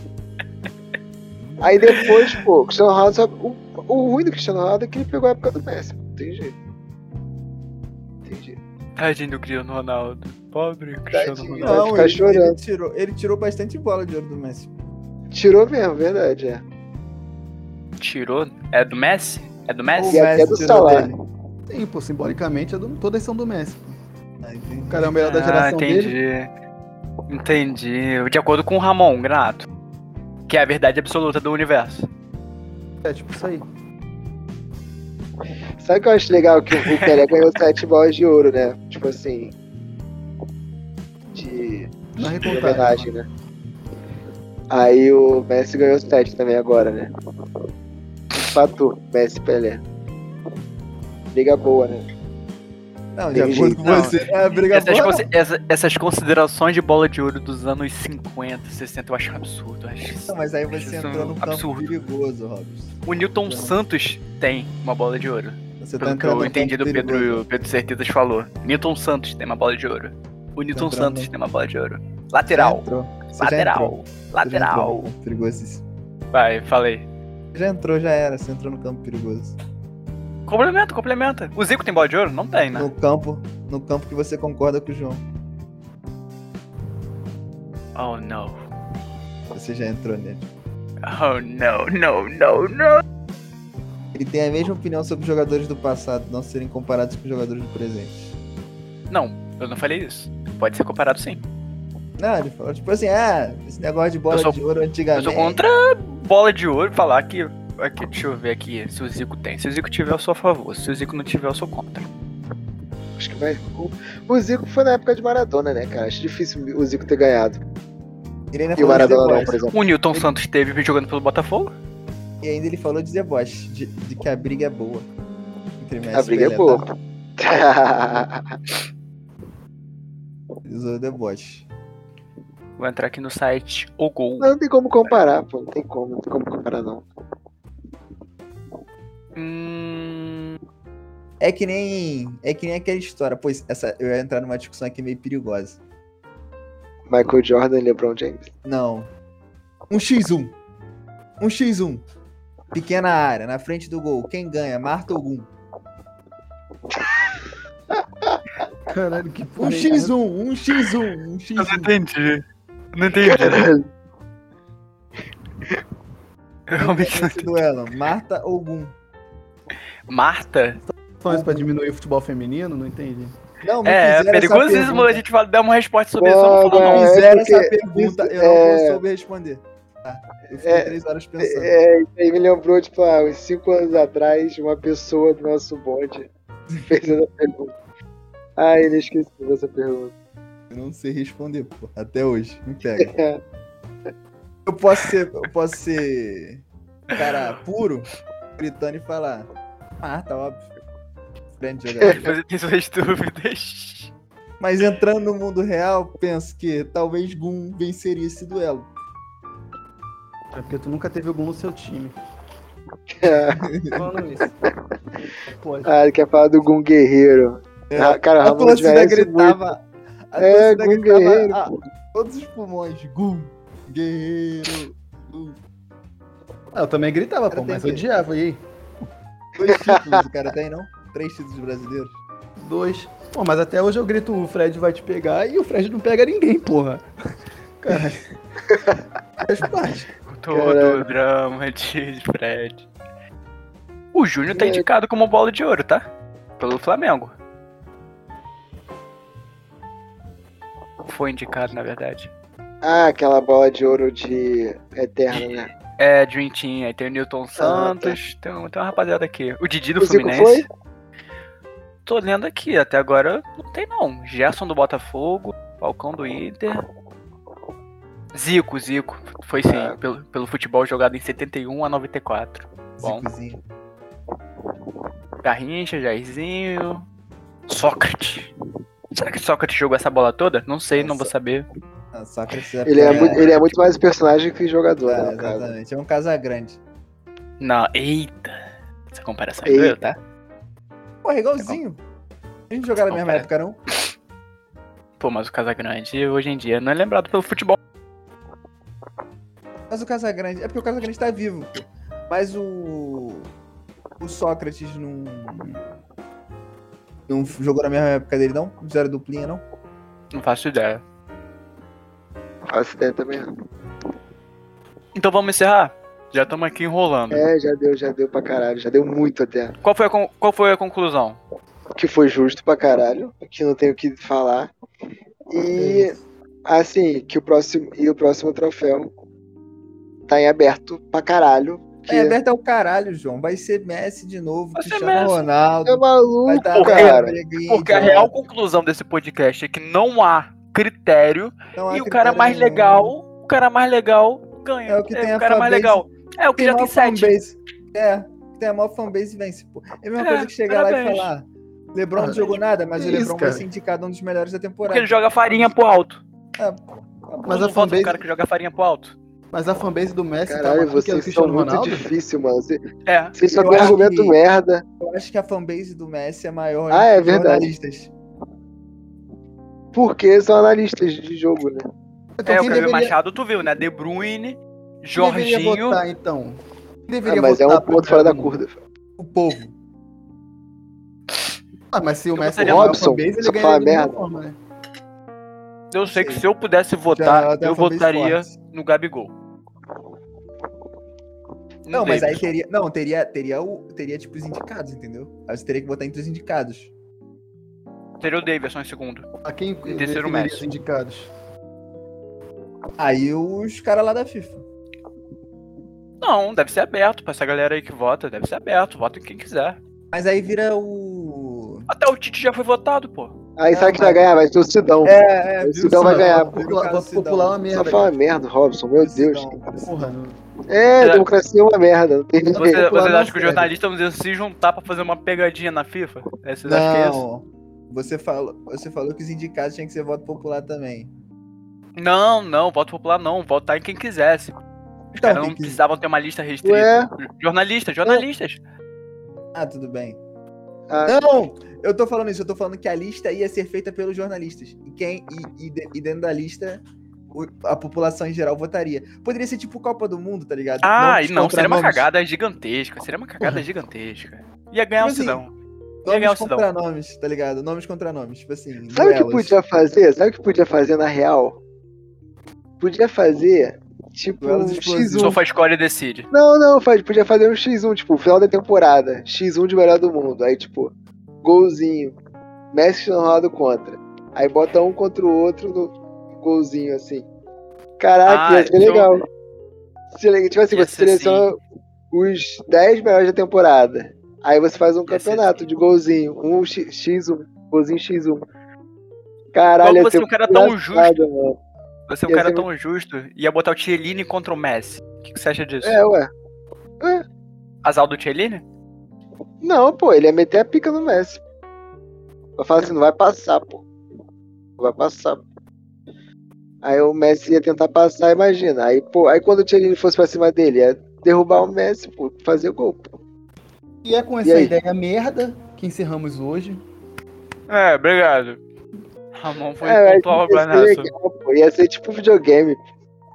Aí depois, pô, o Cristiano Ronaldo. Sabe, o, o ruim do Cristiano Ronaldo é que ele pegou a época do Messi. Não tem jeito. Não tem jeito. Tadinho do Cristiano Ronaldo. Pobre Cristiano Tadinho. Ronaldo. Vai Não, ficar ele, chorando. ele tirou, ele tirou bastante bola de ouro do Messi. Tirou mesmo, verdade, é. Tirou. É do Messi? É do E Messi? até do tirou Salah. dele. Tem, pô, simbolicamente, é do- todas são do Messi. Ah, entendi. O cara é o melhor da Ah, geração entendi. dele. Entendi. De acordo com o Ramon Granato. Que é a verdade absoluta do universo. É tipo isso aí. Sabe o que eu acho legal? Que o Pelé ganhou sete bolas de ouro, né? Tipo assim. De. Na de recontagem. homenagem, né? Aí o Messi ganhou sete também agora, né? Empatou, Messi e Pelé. Briga boa, né? Não, de Tem acordo jeito, com não. você. É a briga Essas, boa. consi- essa- essas considerações de bola de ouro dos anos 50, 60, eu acho absurdo. eu acho- Não, mas aí Isso você é um entrou num campo absurdo. perigoso, Robson. O Newton Santos tem uma bola de ouro. Você tá Pelo que entrando eu num entendi campo do perigoso. Pedro, Pedro Certezas falou. Newton Santos tem uma bola de ouro. O Newton entrando. Santos tem uma bola de ouro. Você já Lateral. entrou. Você já entrou. Lateral. Você já entrou Lateral. num campo Perigosíssimo. Vai, falei. Você Já entrou, já era. Você entrou no campo perigoso. Complementa, complementa. O Zico tem bola de ouro? Não tem, né? No campo, no campo que você concorda com o João. Oh no. Você já entrou nele. Oh no, no, no, no. Ele tem a mesma opinião sobre os jogadores do passado não serem comparados com os jogadores do presente. Não, eu não falei isso. Pode ser comparado sim. Não, ele falou tipo assim, ah, esse negócio de bola Eu sou- de ouro Eu antigamente. sou contra é bola de ouro falar que. Aqui, deixa eu ver aqui se o Zico tem. Se o Zico tiver, eu sou a favor. Se o Zico não tiver, eu sou contra. Acho que vai. O, o Zico foi na época de Maradona, né, cara? Acho difícil o Zico ter ganhado. Ele ainda E o falou de Maradona não, deboche. por exemplo. O Newton Santos teve jogando pelo Botafogo? E ainda ele falou de deboche, de, de que a briga é boa. Entre Messi A e briga é Pelé, boa. tá? Ele usou o deboche. Vou entrar aqui no site O Gol. Não tem como comparar, pô. Não tem como, não tem como comparar, não. Hum, É que nem. É que nem aquela história. Pois, essa, eu ia entrar numa discussão aqui meio perigosa. Michael Jordan e LeBron James. Não. Um X1. Um X1. Pequena área, na frente do gol. Quem ganha? Marta ou Gum? Caralho, que Um X1, um X1, um eu não X1. entendi. Não entendi. Eu realmente não Esse duelo, Marta ou Gum? entendi. Marta? Só isso pra diminuir o futebol feminino? Não entendi. Não, me É, é fizeram essa perigosíssimo a pergunta. gente fala- dar uma resposta sobre isso. eu Não, falo, Porra, não. é Fizeram porque essa pergunta, isso eu não é- soube responder. Tá, Eu fiquei É- três horas pensando. É, isso aí me lembrou, tipo, ah, uns 5 anos atrás, uma pessoa do nosso bonde fez essa pergunta. Ah, ele esqueceu dessa pergunta. Eu não sei responder, pô. Até hoje. Me pega. É. Eu posso ser. Eu posso ser. um Cara puro, gritando e falar. Marta, óbvio. Grande É. jogador. Depois eu tenho suas dúvidas. Mas entrando no mundo real, penso que talvez Gun venceria esse duelo. É porque tu nunca teve algum no seu time. Falando isso. Pô, Ah, ele quer falar do Gun Guerreiro. É. Ah, cara, o A Ramon torcida Dias muito. gritava. A É, torcida Gun gritava guerreiro, a- todos os pulmões. Gun, guerreiro. Gun. ah, eu também gritava, pô, Cara, tem mas que- odiava. E aí? Dois títulos o cara tem, não? Três títulos brasileiros. Dois. Pô, mas até hoje eu grito, o Fred vai te pegar e o Fred não pega ninguém, porra. cara. Faz parte. Todo Caralho. drama de Fred. O Júnior tá indicado como bola de ouro, tá? Pelo Flamengo. Foi indicado, na verdade. Ah, aquela bola de ouro de Eterno, né? É, Dream Team, aí tem o Newton Santos, tem, um- tem uma rapaziada aqui. Ah, O Didi do O Zico Fluminense. Tô lendo aqui, até agora não tem não. Gerson do Botafogo, Falcão do Inter. Zico, Zico. Foi sim, Ah. pelo, pelo futebol jogado em 71 a 94. Bom. Zicozinho. Garrincha, Jairzinho. Sócrates. Será que Sócrates jogou essa bola toda? Não sei, não vou Nossa. saber. Ah, Sócrates é Ele é, pra- muito, ele é muito mais personagem que jogador, Ah, né, cara? exatamente. É um casa grande. Não, eita. Essa comparação Eita. é tá? Pô, é igualzinho. A gente jogava na Não, mesma cara. época, não? Pô, mas o Casagrande hoje em dia não é lembrado pelo futebol. Mas o Casagrande. É porque o Casagrande tá vivo. pô. Mas o. O Sócrates não. Não jogou na mesma época dele, não? Não Fizeram duplinha, não? Não faço ideia. Acidente assim, "É, também. não. Então vamos encerrar? Já estamos aqui enrolando. É, já deu, já deu pra caralho. Já deu muito até. Qual, foi a con- qual foi a conclusão? Que foi justo pra caralho. Que não tenho o que falar. É E assim, que o próximo. E o próximo troféu tá em aberto pra caralho. Que... É, aberto é o caralho, João. Vai ser Messi de novo, Vai ser Cristiano Messi. Ronaldo. É Vai maluco, estar cara. Porque é. então. a real conclusão desse podcast é que não há critério e o cara mais legal, o cara mais legal ganha. É o que tem a o cara mais fanbase. legal. É o que tem já a tem maior sete. fanbase. É, tem a maior fanbase vence, pô. É a mesma É, coisa que chegar lá parabéns. e falar. Lebron não Parabéns. jogou nada, mas Que o isso, Lebron cara? vai ser indicado um dos melhores da temporada. Porque ele joga farinha pro alto. Mas Tá assim, não a, voto pro fanbase, cara que joga farinha pro alto. mas a fanbase do Messi tá Caralho, maior que a do vocês são Cristiano muito Ronaldo? difícil, mano. Vocês- É. Vocês só Eu têm acho argumento que- merda. Eu acho que a fanbase do Messi é maior Ah, entre é os verdade. jornalistas. Porque são analistas de jogo, né? é, o Então quem Gabriel deveria- Machado tu viu, né? De Bruyne, quem deveria Jorginho. votar, então? Quem Ah, deveria mas é um votar pra ponto fora da cada um? curva. O povo. Ah, mas se o Eu Messi votaria é o maior Robson, fanbase, ele só ganharia fala de mesma merda. forma, né? Eu sei que Sim. se eu pudesse Já votar, tem eu uma fanbase votaria forte. no Gabigol. Não, sei. mas aí teria. Não, teria, teria, o, teria tipo os indicados, entendeu? Aí você teria que botar entre os indicados. Teria o Davidson em segundo. A quem terceiro definiria Messi. os indicados? Aí os caras lá da FIFA. Não, deve ser aberto pra essa galera aí que vota. Deve ser aberto, vota em quem quiser. Mas aí vira o. Até o Tite já foi votado, pô. Aí sabe quem vai ganhar? Vai ser o Sidão. É, o Sidão vai ganhar. Sidão. Popular- cara, voto Sidão. popular é uma Só merda. fala merda, Robson, meu Deus. Sidão. Porra, não. É, Será- democracia é uma merda, não tem jeito. Você, popular vocês acham que não os serve. jornalistas vão se juntar pra fazer uma pegadinha na FIFA? É, vocês acham que é isso? Não. Você falou, você falou que os indicados tinham que ser voto popular também. Não, não, voto popular não. Votar em quem quisesse. Os caras não quem quiser. precisavam ter uma lista restrita. Ué? Jornalistas, jornalistas. Ah, tudo bem. Ah, Não! Eu tô falando isso, eu tô falando que a lista ia ser feita pelos jornalistas. E quem e, e de- e dentro da lista o- a população em geral votaria. Poderia ser tipo Copa do Mundo, tá ligado? Ah, e nomes não, contra seria uma nomes. cagada gigantesca. Seria uma cagada gigantesca. Ia ganhar o Tipo assim, Sidão. Legal, Nomes Sidão. contra nomes, tá ligado? Nomes contra nomes, tipo assim. sabe o que duelos. podia fazer? Sabe o que podia fazer na real? Podia fazer, tipo, um Duelos explosivos. X1. Sofá escolhe e decide. Não, não, faz, podia fazer um X1, tipo, final da temporada. X1 de melhor do mundo. Aí, tipo, golzinho. Messi Cristiano Ronaldo contra. Aí bota um contra o outro no golzinho, assim. Caraca, Ah, ia ser então- legal. Se, tipo assim, Ia você ser seleciona os 10 melhores da temporada. Aí você faz um Ia ser assim. campeonato de golzinho. Um X- X1, golzinho X1. Caralho, Como ia você ser é um cara tão engraçado, justo, mano. você é um Ia cara ser tão justo, ia botar o Chiellini contra o Messi. O que que você acha disso? É, ué. Azal do Chiellini? Não, pô, ele ia meter a pica no Messi. Eu falo assim, não vai passar, pô. Não vai passar. Aí o Messi ia tentar passar, imagina. Aí, pô, aí quando o Thierry fosse pra cima dele, ia derrubar o Messi, pô, fazer gol, pô. E é com E essa aí? ideia merda que encerramos hoje. É, obrigado. Ramon foi É, aí pontual agora ia, ser nessa. legal, pô. ia ser tipo videogame.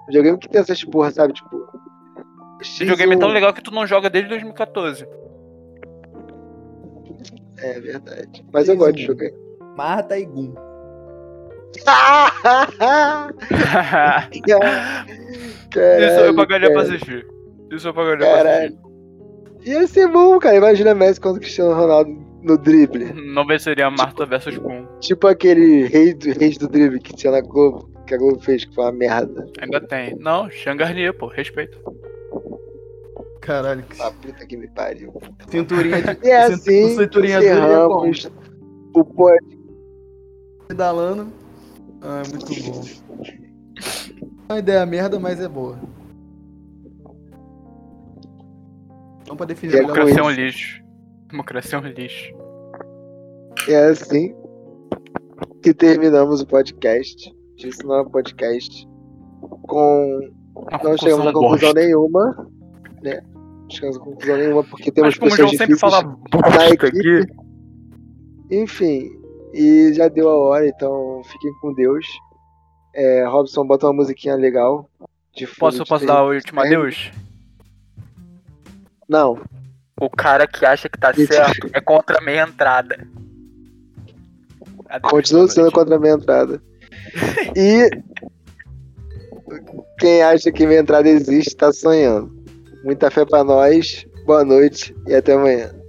Videogame que tem essas porra, sabe? Tipo. um, Esse videogame é tão legal que tu não joga desde 2014. É verdade. Mas eu gosto de jogar. Marta e Gum. Ah, Isso eu Caralho, pagaria pra cara. assistir. Isso eu pagaria pra Caralho. assistir. Ia ser bom, cara. Imagina Messi contra o Cristiano Ronaldo no drible. Não venceria Marta versus Boom. Tipo aquele rei do, rei do drible que tinha na Globo, que a Globo fez, que foi uma merda. Ainda tem. Não, Jean Garnier, pô, respeito. Caralho, que A Ah, puta que me pariu. cinturinha de E é Cent- assim, cinturinha dele é bom. encerramos o pod... pedalando. Ah, é muito bom. É Uma ideia merda, mas é boa. Então, pra definir É melhor, com Democracia é um lixo. Democracia é um lixo. E é assim que terminamos o podcast. Isso não é um podcast. Com... Uma Não conclusão chegamos a conclusão bosta. nenhuma. Né? Não chegamos a conclusão nenhuma porque temos Mas como o João pessoas sempre difíceis. fala da bosta aqui, equipe. Tá Enfim, e já deu a hora, então fiquem com Deus. É, Robson, bota uma musiquinha legal. De fundo posso, de posso trilha. dar o último É. adeus? Não. O cara que acha que tá Isso. certo é contra a meia entrada. Adeus, Continua boa sendo noite. contra a minha entrada. E quem acha que minha entrada existe tá sonhando. Muita fé pra nós, boa noite e até amanhã.